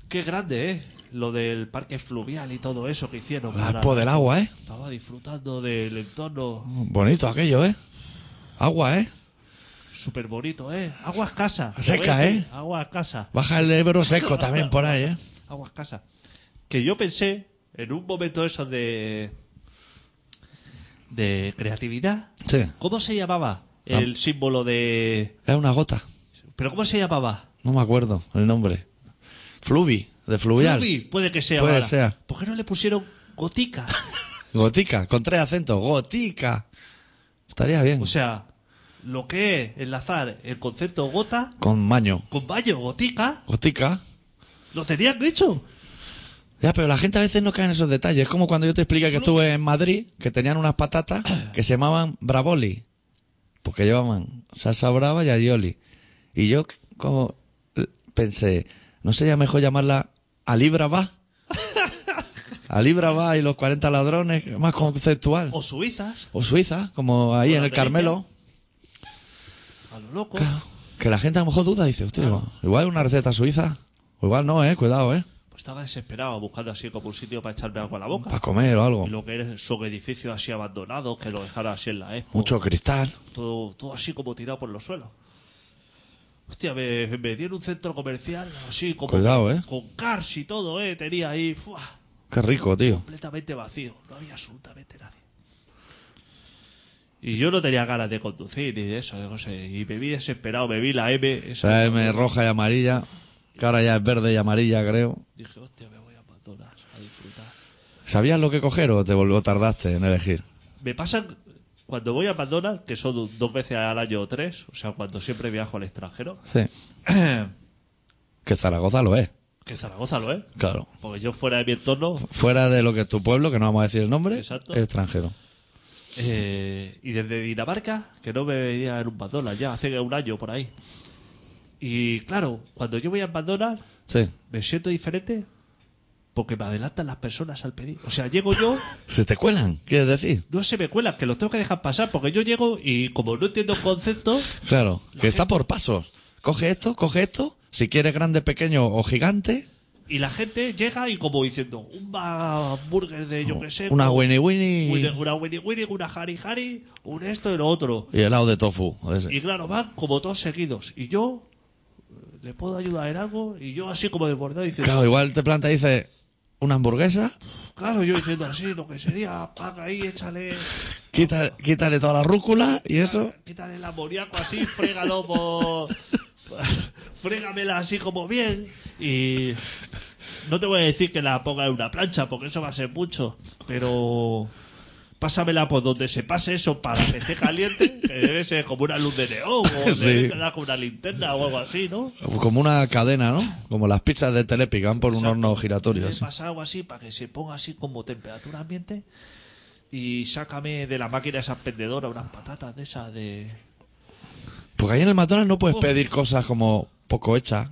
Speaker 2: Qué grande, ¿eh? Lo del parque fluvial y todo eso que hicieron.
Speaker 1: La
Speaker 2: para-
Speaker 1: expo del agua, ¿eh?
Speaker 2: Estaba disfrutando del entorno
Speaker 1: Bonito aquello, ¿eh? Agua, ¿eh?
Speaker 2: Súper bonito, ¿eh? Agua escasa. Te
Speaker 1: Seca,
Speaker 2: voy a decir,
Speaker 1: ¿eh?
Speaker 2: Agua escasa.
Speaker 1: Baja el Ebro seco también por ahí, ¿eh?
Speaker 2: Agua escasa. Que yo pensé, en un momento eso de. de creatividad.
Speaker 1: Sí.
Speaker 2: ¿Cómo se llamaba el símbolo de.
Speaker 1: Es una gota.
Speaker 2: ¿Pero cómo se llamaba?
Speaker 1: No me acuerdo el nombre. Fluvi, de fluvial.
Speaker 2: Fluvi, Puede que sea.
Speaker 1: Puede
Speaker 2: ahora.
Speaker 1: sea.
Speaker 2: ¿Por qué no le pusieron gotica?
Speaker 1: Gotica, con tres acentos. Gotica. Estaría bien.
Speaker 2: O sea, lo que es enlazar el concepto gota
Speaker 1: con maño.
Speaker 2: con baño, gotica,
Speaker 1: Gotica.
Speaker 2: lo tenían hecho.
Speaker 1: Ya, pero la gente a veces no cae en esos detalles. Es como cuando yo te expliqué que estuve en Madrid, que tenían unas patatas que se llamaban bravoli. Porque llevaban salsa brava y alioli. Y yo como eh, pensé, ¿no sería mejor llamarla alibrava? alibrava y los 40 ladrones, que es más conceptual.
Speaker 2: O suizas,
Speaker 1: O Suiza, como ahí
Speaker 2: O
Speaker 1: en el
Speaker 2: Norteña.
Speaker 1: Carmelo.
Speaker 2: a lo loco.
Speaker 1: Que la gente a lo mejor duda, dice, hostia, igual es una receta suiza. O igual no, eh, cuidado, eh.
Speaker 2: Pues estaba desesperado buscando así como un sitio para echarme algo a la boca.
Speaker 1: Para comer o algo.
Speaker 2: Y lo que son edificios así abandonados, que lo dejaron así en la expo.
Speaker 1: Mucho cristal.
Speaker 2: Todo, todo así como tirado por los suelos. Hostia, me, me metí en un centro comercial así como
Speaker 1: Cuidado, ¿eh?
Speaker 2: con cars y todo, ¿eh? Tenía ahí ¡fua!
Speaker 1: Qué rico, tío.
Speaker 2: completamente vacío. No había absolutamente nadie. Y yo no tenía ganas de conducir ni de eso, no sé. Y me vi desesperado, me vi la M. Esa,
Speaker 1: La M roja y amarilla. Que ahora ya es verde y amarilla, creo.
Speaker 2: Dije, hostia, me voy a McDonald's a disfrutar.
Speaker 1: ¿Sabías lo que coger o te volvió tardaste en elegir?
Speaker 2: Me pasan cuando voy a McDonald's, que son do- dos veces al año o tres, o sea, cuando siempre viajo al extranjero,
Speaker 1: Sí. Que Zaragoza lo es.
Speaker 2: que Zaragoza lo es.
Speaker 1: Claro.
Speaker 2: Porque yo fuera de mi entorno,
Speaker 1: Fuera de lo que es tu pueblo, que no vamos a decir el nombre,
Speaker 2: Exacto.
Speaker 1: extranjero.
Speaker 2: eh, y desde Dinamarca, que no me veía en un McDonald's ya hace un año por ahí. Y claro, cuando yo voy a McDonald's,
Speaker 1: Sí.
Speaker 2: me siento diferente porque me adelantan las personas al pedir. O sea, llego yo,
Speaker 1: ¿Se te cuelan? ¿Quieres decir?
Speaker 2: no se me cuelan, que los tengo que dejar pasar, porque yo llego y como no entiendo el concepto,
Speaker 1: Claro. Que está por pasos. Coge esto, coge esto. Si quieres grande, pequeño o gigante.
Speaker 2: Y la gente llega y como diciendo, un burger de yo que sé.
Speaker 1: Oh, Una
Speaker 2: con-
Speaker 1: Winnie
Speaker 2: Winnie-
Speaker 1: Winnie.
Speaker 2: Una Winnie Winnie, una Hari Hari, un esto y lo otro.
Speaker 1: Y helado de tofu. o ese.
Speaker 2: Y claro, van como todos seguidos. Y yo, eh, ¿le puedo ayudar en algo? Y yo así como desbordado diciendo,
Speaker 1: Claro, igual te planta y dice una hamburguesa,
Speaker 2: claro, yo diciendo así, lo que sería, paga ahí, échale,
Speaker 1: quítale, quítale toda la rúcula y eso.
Speaker 2: quítale el amoníaco así, frégalo por... frégamela así como bien. Y no te voy a decir que la ponga en una plancha, porque eso va a ser mucho, pero... Pásamela por donde se pase eso para que esté caliente, que debe ser como una luz de neón, o
Speaker 1: Sí.
Speaker 2: debe quedar con una linterna o algo así, ¿no?
Speaker 1: Como una cadena, ¿no? Como las pizzas de Telepi que van por un horno giratorio.
Speaker 2: Le
Speaker 1: así.
Speaker 2: pasa algo así para que se ponga así como temperatura ambiente y sácame de la máquina esas pendedoras unas patatas de esas de...
Speaker 1: Porque ahí en el McDonald's no puedes
Speaker 2: Uf.
Speaker 1: pedir cosas como poco hechas.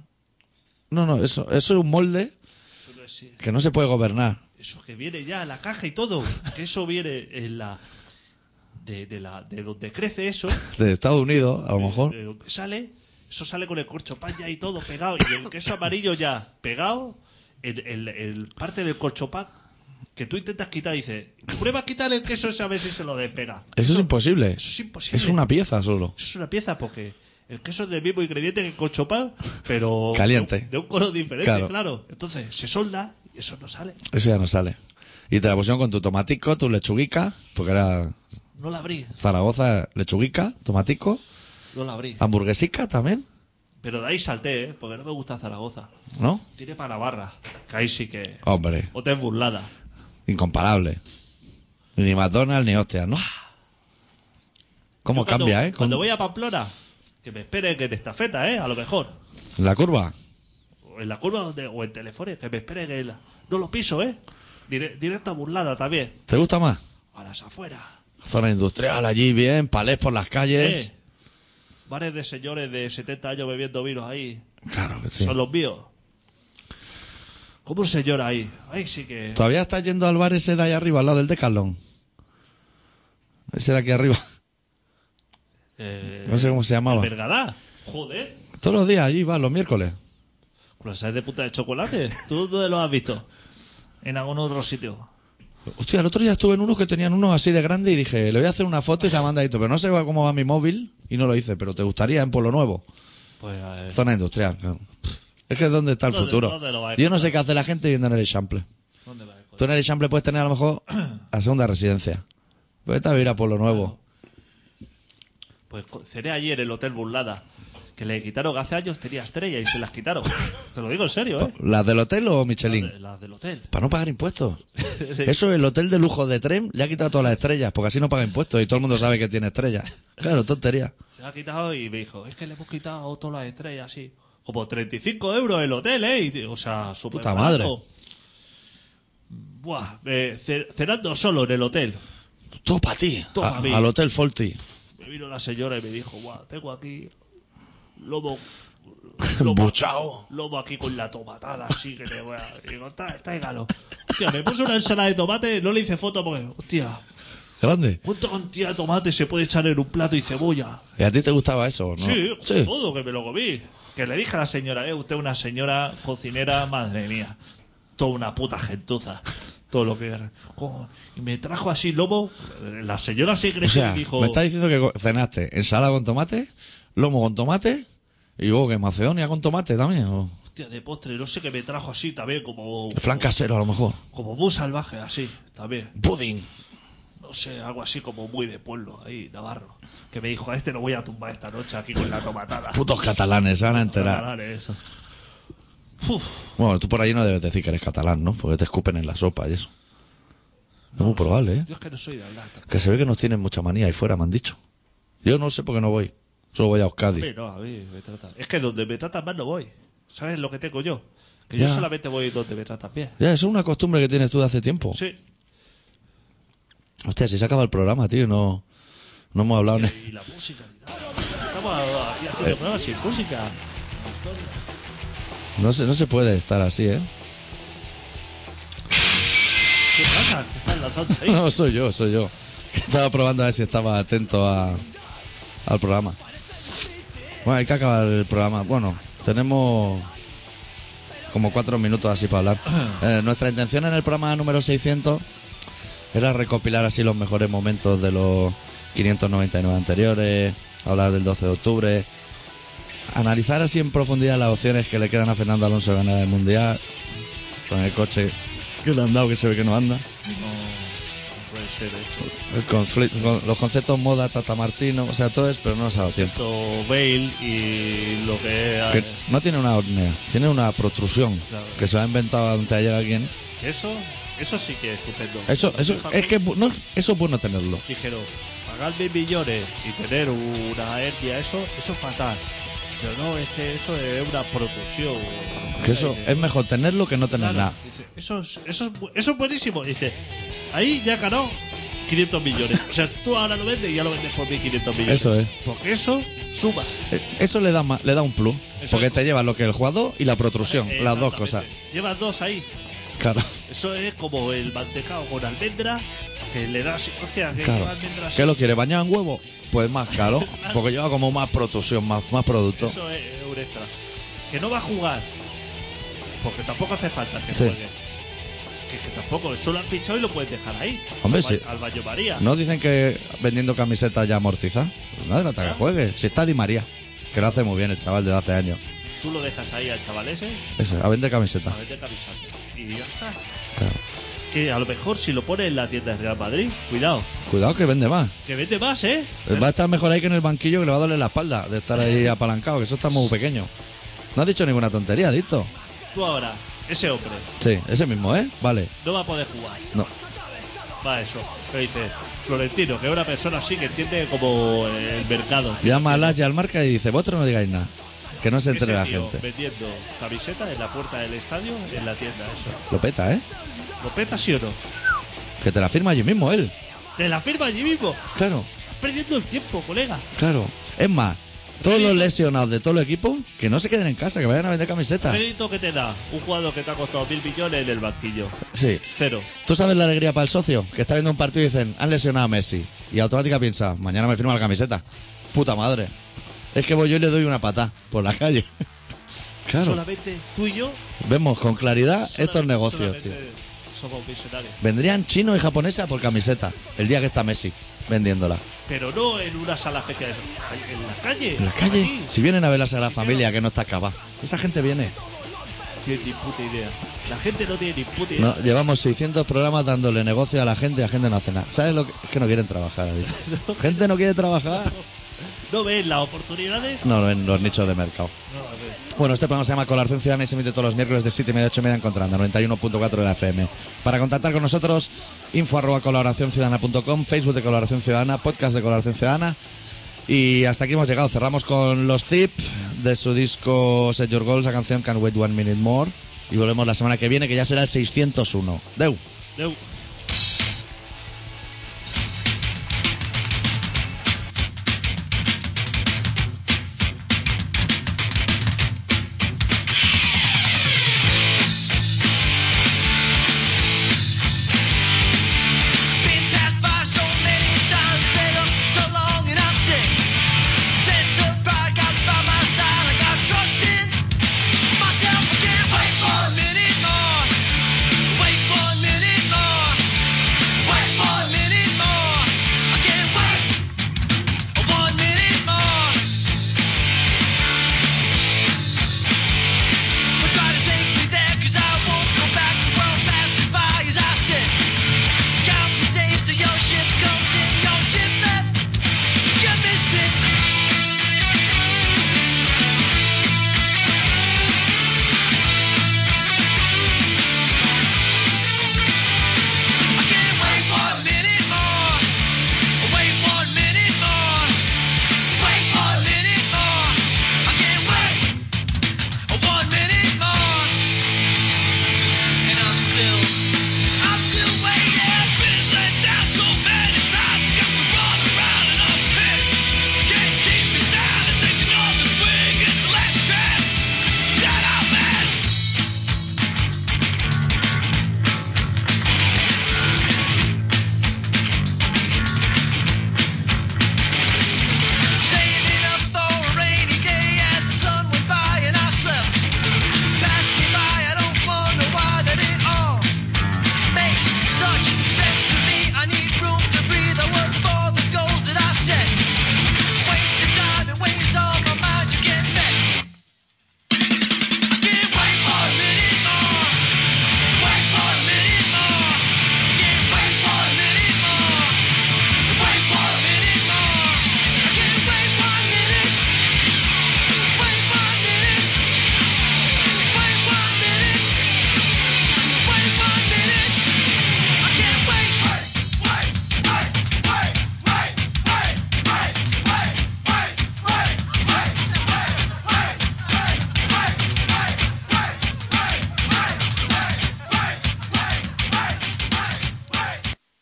Speaker 1: No, no, eso, eso es un molde
Speaker 2: Eso, no es-
Speaker 1: que no se puede gobernar.
Speaker 2: eso que viene ya a la caja y todo. Que eso viene en la... De, de la, de donde crece eso,
Speaker 1: De Estados Unidos, a lo mejor.
Speaker 2: de donde sale, Eso sale con el corchopán ya y todo pegado. Y el queso amarillo ya pegado. El, el- el parte del corchopán que tú intentas quitar, dice, prueba a quitar el queso ese a ver si se lo despega.
Speaker 1: Eso es imposible.
Speaker 2: eso es imposible.
Speaker 1: Es una pieza solo.
Speaker 2: Eso es una pieza porque el queso es del mismo ingrediente que el corchopán, pero.
Speaker 1: Caliente.
Speaker 2: De un, de un color diferente,
Speaker 1: Claro.
Speaker 2: claro. Entonces se solda y eso no sale.
Speaker 1: Eso ya no sale. Y te la pusieron con tu tomatico, tu lechuguica, porque era
Speaker 2: No la abrí,
Speaker 1: Zaragoza lechuguica, tomatico,
Speaker 2: no la abrí.
Speaker 1: hamburguesica también,
Speaker 2: Pero de ahí salté, ¿eh? Porque no me gusta Zaragoza.
Speaker 1: ¿no?
Speaker 2: Tiene para Navarra, que ahí sí que.
Speaker 1: Hombre,
Speaker 2: O te es burlada.
Speaker 1: incomparable. Ni McDonald's ni hostias, ¿no? ¿Cómo
Speaker 2: Yo cuando-
Speaker 1: cambia, eh? Con-
Speaker 2: Cuando voy a Pamplona, que me esperen en estafeta, ¿eh? A lo mejor.
Speaker 1: La curva.
Speaker 2: O en la curva donde, o en Telefónica, que me esperen en la... No lo piso, ¿eh? Dire- directo a burlada también.
Speaker 1: ¿Te gusta más?
Speaker 2: A las afueras.
Speaker 1: Zona industrial allí, bien, palés por las calles.
Speaker 2: ¿eh? Bares de señores de 70 años bebiendo vinos ahí.
Speaker 1: Claro que sí.
Speaker 2: Son los míos. ¿Cómo un señor ahí? Ahí sí que...
Speaker 1: Todavía estás yendo al bar ese de ahí arriba, al lado del Decathlon. Ese de aquí arriba.
Speaker 2: Eh,
Speaker 1: No sé cómo se llamaba.
Speaker 2: Vergadá. Joder.
Speaker 1: Todos los días allí va, los miércoles.
Speaker 2: Croissants de puta de chocolate. ¿Tú dónde los has visto? En algún otro sitio.
Speaker 1: Hostia, el otro día estuve en unos que tenían unos así de grande y dije, le voy a hacer una foto y se la manda a Ito, pero no sé va- cómo va mi móvil y no lo hice, pero te gustaría en Pueblo Nuevo,
Speaker 2: Pues a ver.
Speaker 1: zona industrial. claro. Es que es donde está el
Speaker 2: ¿Dónde-
Speaker 1: futuro.
Speaker 2: dónde lo va a
Speaker 1: Yo no sé qué hace la gente viviendo en el Eixample.
Speaker 2: ¿Dónde la he
Speaker 1: Tú en el Eixample puedes tener a lo mejor la segunda residencia. Vete a vivir a Pueblo Nuevo.
Speaker 2: Pues co- cené ayer en el Hotel Burlada. Que le quitaron, que hace años tenía estrella y se las quitaron. Te lo digo en serio, ¿eh?
Speaker 1: ¿Las del hotel o Michelin?
Speaker 2: De- Las del hotel.
Speaker 1: Para no pagar impuestos.
Speaker 2: Sí.
Speaker 1: Eso, el hotel de lujo de tren le ha quitado todas las estrellas, porque así no paga impuestos y todo el mundo sabe que tiene estrellas. Claro, tontería.
Speaker 2: Se las ha quitado y me dijo, es que le hemos quitado todas las estrellas, sí. Como 35 euros el hotel, ¿eh? Y digo, o sea, súper
Speaker 1: Puta
Speaker 2: barato.
Speaker 1: madre.
Speaker 2: Buah, eh, ce- cenando solo en el hotel.
Speaker 1: Todo para ti.
Speaker 2: Todo pa' mí.
Speaker 1: Al hotel Forti.
Speaker 2: Me vino la señora y me dijo, guau, tengo aquí lomo...
Speaker 1: Embuchao.
Speaker 2: Lomo aquí con la tomatada, así que le voy a... Digo, "Tá- tráigalo. Hostia, me puse una ensalada de tomate, no le hice foto porque... Hostia,
Speaker 1: Grande.
Speaker 2: ¿cuánta cantidad de tomate se puede echar en un plato y cebolla?
Speaker 1: ¿Y a ti te gustaba eso o no?
Speaker 2: Sí, todo que me lo comí. Que le dije a la señora, eh, usted es una señora cocinera, madre mía. Toda una puta gentuza. Todo lo que... ¿Cómo? Y me trajo así lomo. La señora se
Speaker 1: O
Speaker 2: creció
Speaker 1: sea,
Speaker 2: y dijo...
Speaker 1: me estás diciendo que co- cenaste ensalada con tomate, lomo con tomate y luego que Macedonia con tomate también. O
Speaker 2: Hostia, de postre, no sé qué me trajo así también, como.
Speaker 1: el flan casero a lo mejor.
Speaker 2: Como muy salvaje, así, también.
Speaker 1: Pudding.
Speaker 2: No sé, algo así como muy de pueblo, ahí, Navarro. Que me dijo, a este lo voy a tumbar esta noche aquí con la tomatada.
Speaker 1: Putos catalanes, se van a
Speaker 2: Para
Speaker 1: enterar.
Speaker 2: dar eso. Uf,
Speaker 1: Bueno, tú por ahí no debes decir que eres catalán, ¿no? Porque te escupen en la sopa y eso. Es muy probable, ¿eh?
Speaker 2: yo es que no soy de hablar. tampoco.
Speaker 1: Que se ve que nos tienen mucha manía ahí fuera, me han dicho. Yo no sé por qué no voy. Solo voy a Euskadi.
Speaker 2: Pero a mí me tratan. Es que donde me tratan mal no voy. ¿Sabes lo que tengo yo? Que
Speaker 1: Ya.
Speaker 2: yo solamente voy donde me tratan bien.
Speaker 1: Ya, eso es una costumbre que tienes tú de hace tiempo.
Speaker 2: Sí.
Speaker 1: Hostia, si se acaba el programa, tío, no, no hemos hablado ni...
Speaker 2: Y la música. y nada. Estamos aquí
Speaker 1: Eh.
Speaker 2: haciendo programas sin música.
Speaker 1: No se, no se puede estar así, ¿eh?
Speaker 2: ¿Qué pasa? ¿Qué estás lanzando ahí?
Speaker 1: No, soy yo, soy yo. Que Estaba probando a ver si estaba atento a- al programa. Bueno, hay que acabar el programa. Bueno, tenemos como cuatro minutos así para hablar. Eh, nuestra intención en el programa número 600 era recopilar así los mejores momentos de los 599 anteriores, hablar del 12 de octubre, analizar así en profundidad las opciones que le quedan a Fernando Alonso de ganar el Mundial con el coche que le han dado que se ve que no anda.
Speaker 2: Puede ser, ¿eh?
Speaker 1: El conflicto, con- los conceptos moda, Tata Martino, o sea, todo es, pero no nos ha dado tiempo.
Speaker 2: Esto, Bale y lo que es.
Speaker 1: Que no tiene una hornea, tiene una protrusión
Speaker 2: Claro.
Speaker 1: que se la ha inventado anteayer alguien.
Speaker 2: que Eso, eso sí que es estupendo.
Speaker 1: Eso,
Speaker 2: Cuando
Speaker 1: eso,
Speaker 2: yo
Speaker 1: es que es bu- no, eso es bueno tenerlo.
Speaker 2: Dijeron, pagar mil millones y tener una hernia, eso, eso es fatal. Pero no, es que eso es una protrusión.
Speaker 1: Que eso es mejor tenerlo que no tener nada.
Speaker 2: Claro, dice, eso, es, eso, es, bu- eso es buenísimo. Dice, ahí ya ganó 500 millones. O sea, tú ahora lo vendes y ya lo vendes por 1.500 millones.
Speaker 1: Eso es.
Speaker 2: Porque eso suma.
Speaker 1: Eh, Eso le da ma- le da un plus.
Speaker 2: Eso
Speaker 1: Porque
Speaker 2: es.
Speaker 1: te lleva lo que el jugador y la protrusión, las dos
Speaker 2: Exactamente.
Speaker 1: cosas.
Speaker 2: Llevas dos ahí.
Speaker 1: Claro.
Speaker 2: Eso es como el mantecado con almendra que le das. Hostia, que
Speaker 1: Claro.
Speaker 2: llevan mientras.
Speaker 1: ¿Qué lo quiere? ¿Bañado en huevo? Pues más caro, porque lleva como más producción, más, más producto.
Speaker 2: Eso es euro extra. Que no va a jugar. Porque tampoco hace falta que
Speaker 1: Sí.
Speaker 2: juegue. Que, que tampoco, solo han fichado y lo puedes dejar ahí.
Speaker 1: Hombre,
Speaker 2: al, ba-
Speaker 1: sí.
Speaker 2: Al Bayo María.
Speaker 1: ¿No dicen que vendiendo camisetas ya amortiza? No hace falta que juegue. Si está Di María, que lo hace muy bien el chaval desde hace años.
Speaker 2: Tú lo dejas ahí al chaval ese,
Speaker 1: Eso, a vender
Speaker 2: a
Speaker 1: camisetas.
Speaker 2: vender camisante. Y ya está.
Speaker 1: Claro.
Speaker 2: Que a lo mejor si lo pones en la tienda de Real Madrid, cuidado.
Speaker 1: Cuidado que vende más.
Speaker 2: Que vende más, ¿eh?
Speaker 1: Va a estar mejor ahí que en el banquillo que le va a doler la espalda de estar ahí apalancado, que eso está muy pequeño. No has dicho ninguna tontería, Dito.
Speaker 2: Tú ahora, ese hombre,
Speaker 1: Sí, ese mismo, ¿eh? Vale.
Speaker 2: no va a poder jugar.
Speaker 1: No.
Speaker 2: Va eso. Pero dice Florentino, que es una persona así que entiende como el mercado.
Speaker 1: Llama a Laya al marca y dice, vosotros no digáis nada. Que no se
Speaker 2: Ese
Speaker 1: entre la
Speaker 2: tío
Speaker 1: gente.
Speaker 2: Vendiendo camisetas en la puerta del estadio, en la tienda, eso.
Speaker 1: Lo peta, ¿eh?
Speaker 2: ¿Lo peta sí o no?
Speaker 1: Que te la firma allí mismo él.
Speaker 2: Te la firma allí mismo.
Speaker 1: Claro,
Speaker 2: Estás perdiendo el tiempo, colega.
Speaker 1: claro. Es más, todos los lesionados de todo el equipo, que no se queden en casa, que vayan a vender camisetas.
Speaker 2: Crédito que te da un jugador que te ha costado mil millones en el banquillo.
Speaker 1: Sí.
Speaker 2: Cero.
Speaker 1: ¿Tú sabes la alegría para el socio? Que está viendo un partido y dicen, han lesionado a Messi. Y automática piensa, mañana me firma la camiseta. Puta madre. Es que voy yo y le doy una patada por la calle. Claro.
Speaker 2: Solamente tú y yo.
Speaker 1: Vemos con claridad estos
Speaker 2: solamente-
Speaker 1: negocios, tío.
Speaker 2: solamente Somos visionarios.
Speaker 1: Vendrían chinos y japonesas por camiseta el día que está Messi vendiéndola.
Speaker 2: Pero no en una sala especial. En la calle.
Speaker 1: En la calle.
Speaker 2: allí.
Speaker 1: Si vienen a ver la Sagrada Familia que no está acabada. Esa gente viene.
Speaker 2: tiene ni puta idea. La gente no tiene ni puta idea.
Speaker 1: No, llevamos 600 programas dándole negocio a la gente y la gente no hace nada. ¿Sabes lo que, es que no quieren trabajar? David. Gente no quiere trabajar.
Speaker 2: ¿No ven las oportunidades?
Speaker 1: No, en los nichos de mercado.
Speaker 2: No, a ver.
Speaker 1: Bueno, este programa se llama Colaboración Ciudadana y se emite todos los miércoles de 7 y media a 8 y media en Contralanda, 91.4 de la FM. Para contactar con nosotros, info arroba colaboracionciudadana.com, Facebook de Colaboración Ciudadana, podcast de Colaboración Ciudadana. Y hasta aquí hemos llegado. Cerramos con los Zip de su disco Set Your Goals, la canción Can't Wait One Minute More. Y volvemos la semana que viene, que ya será el 601. Deu.
Speaker 2: Deu.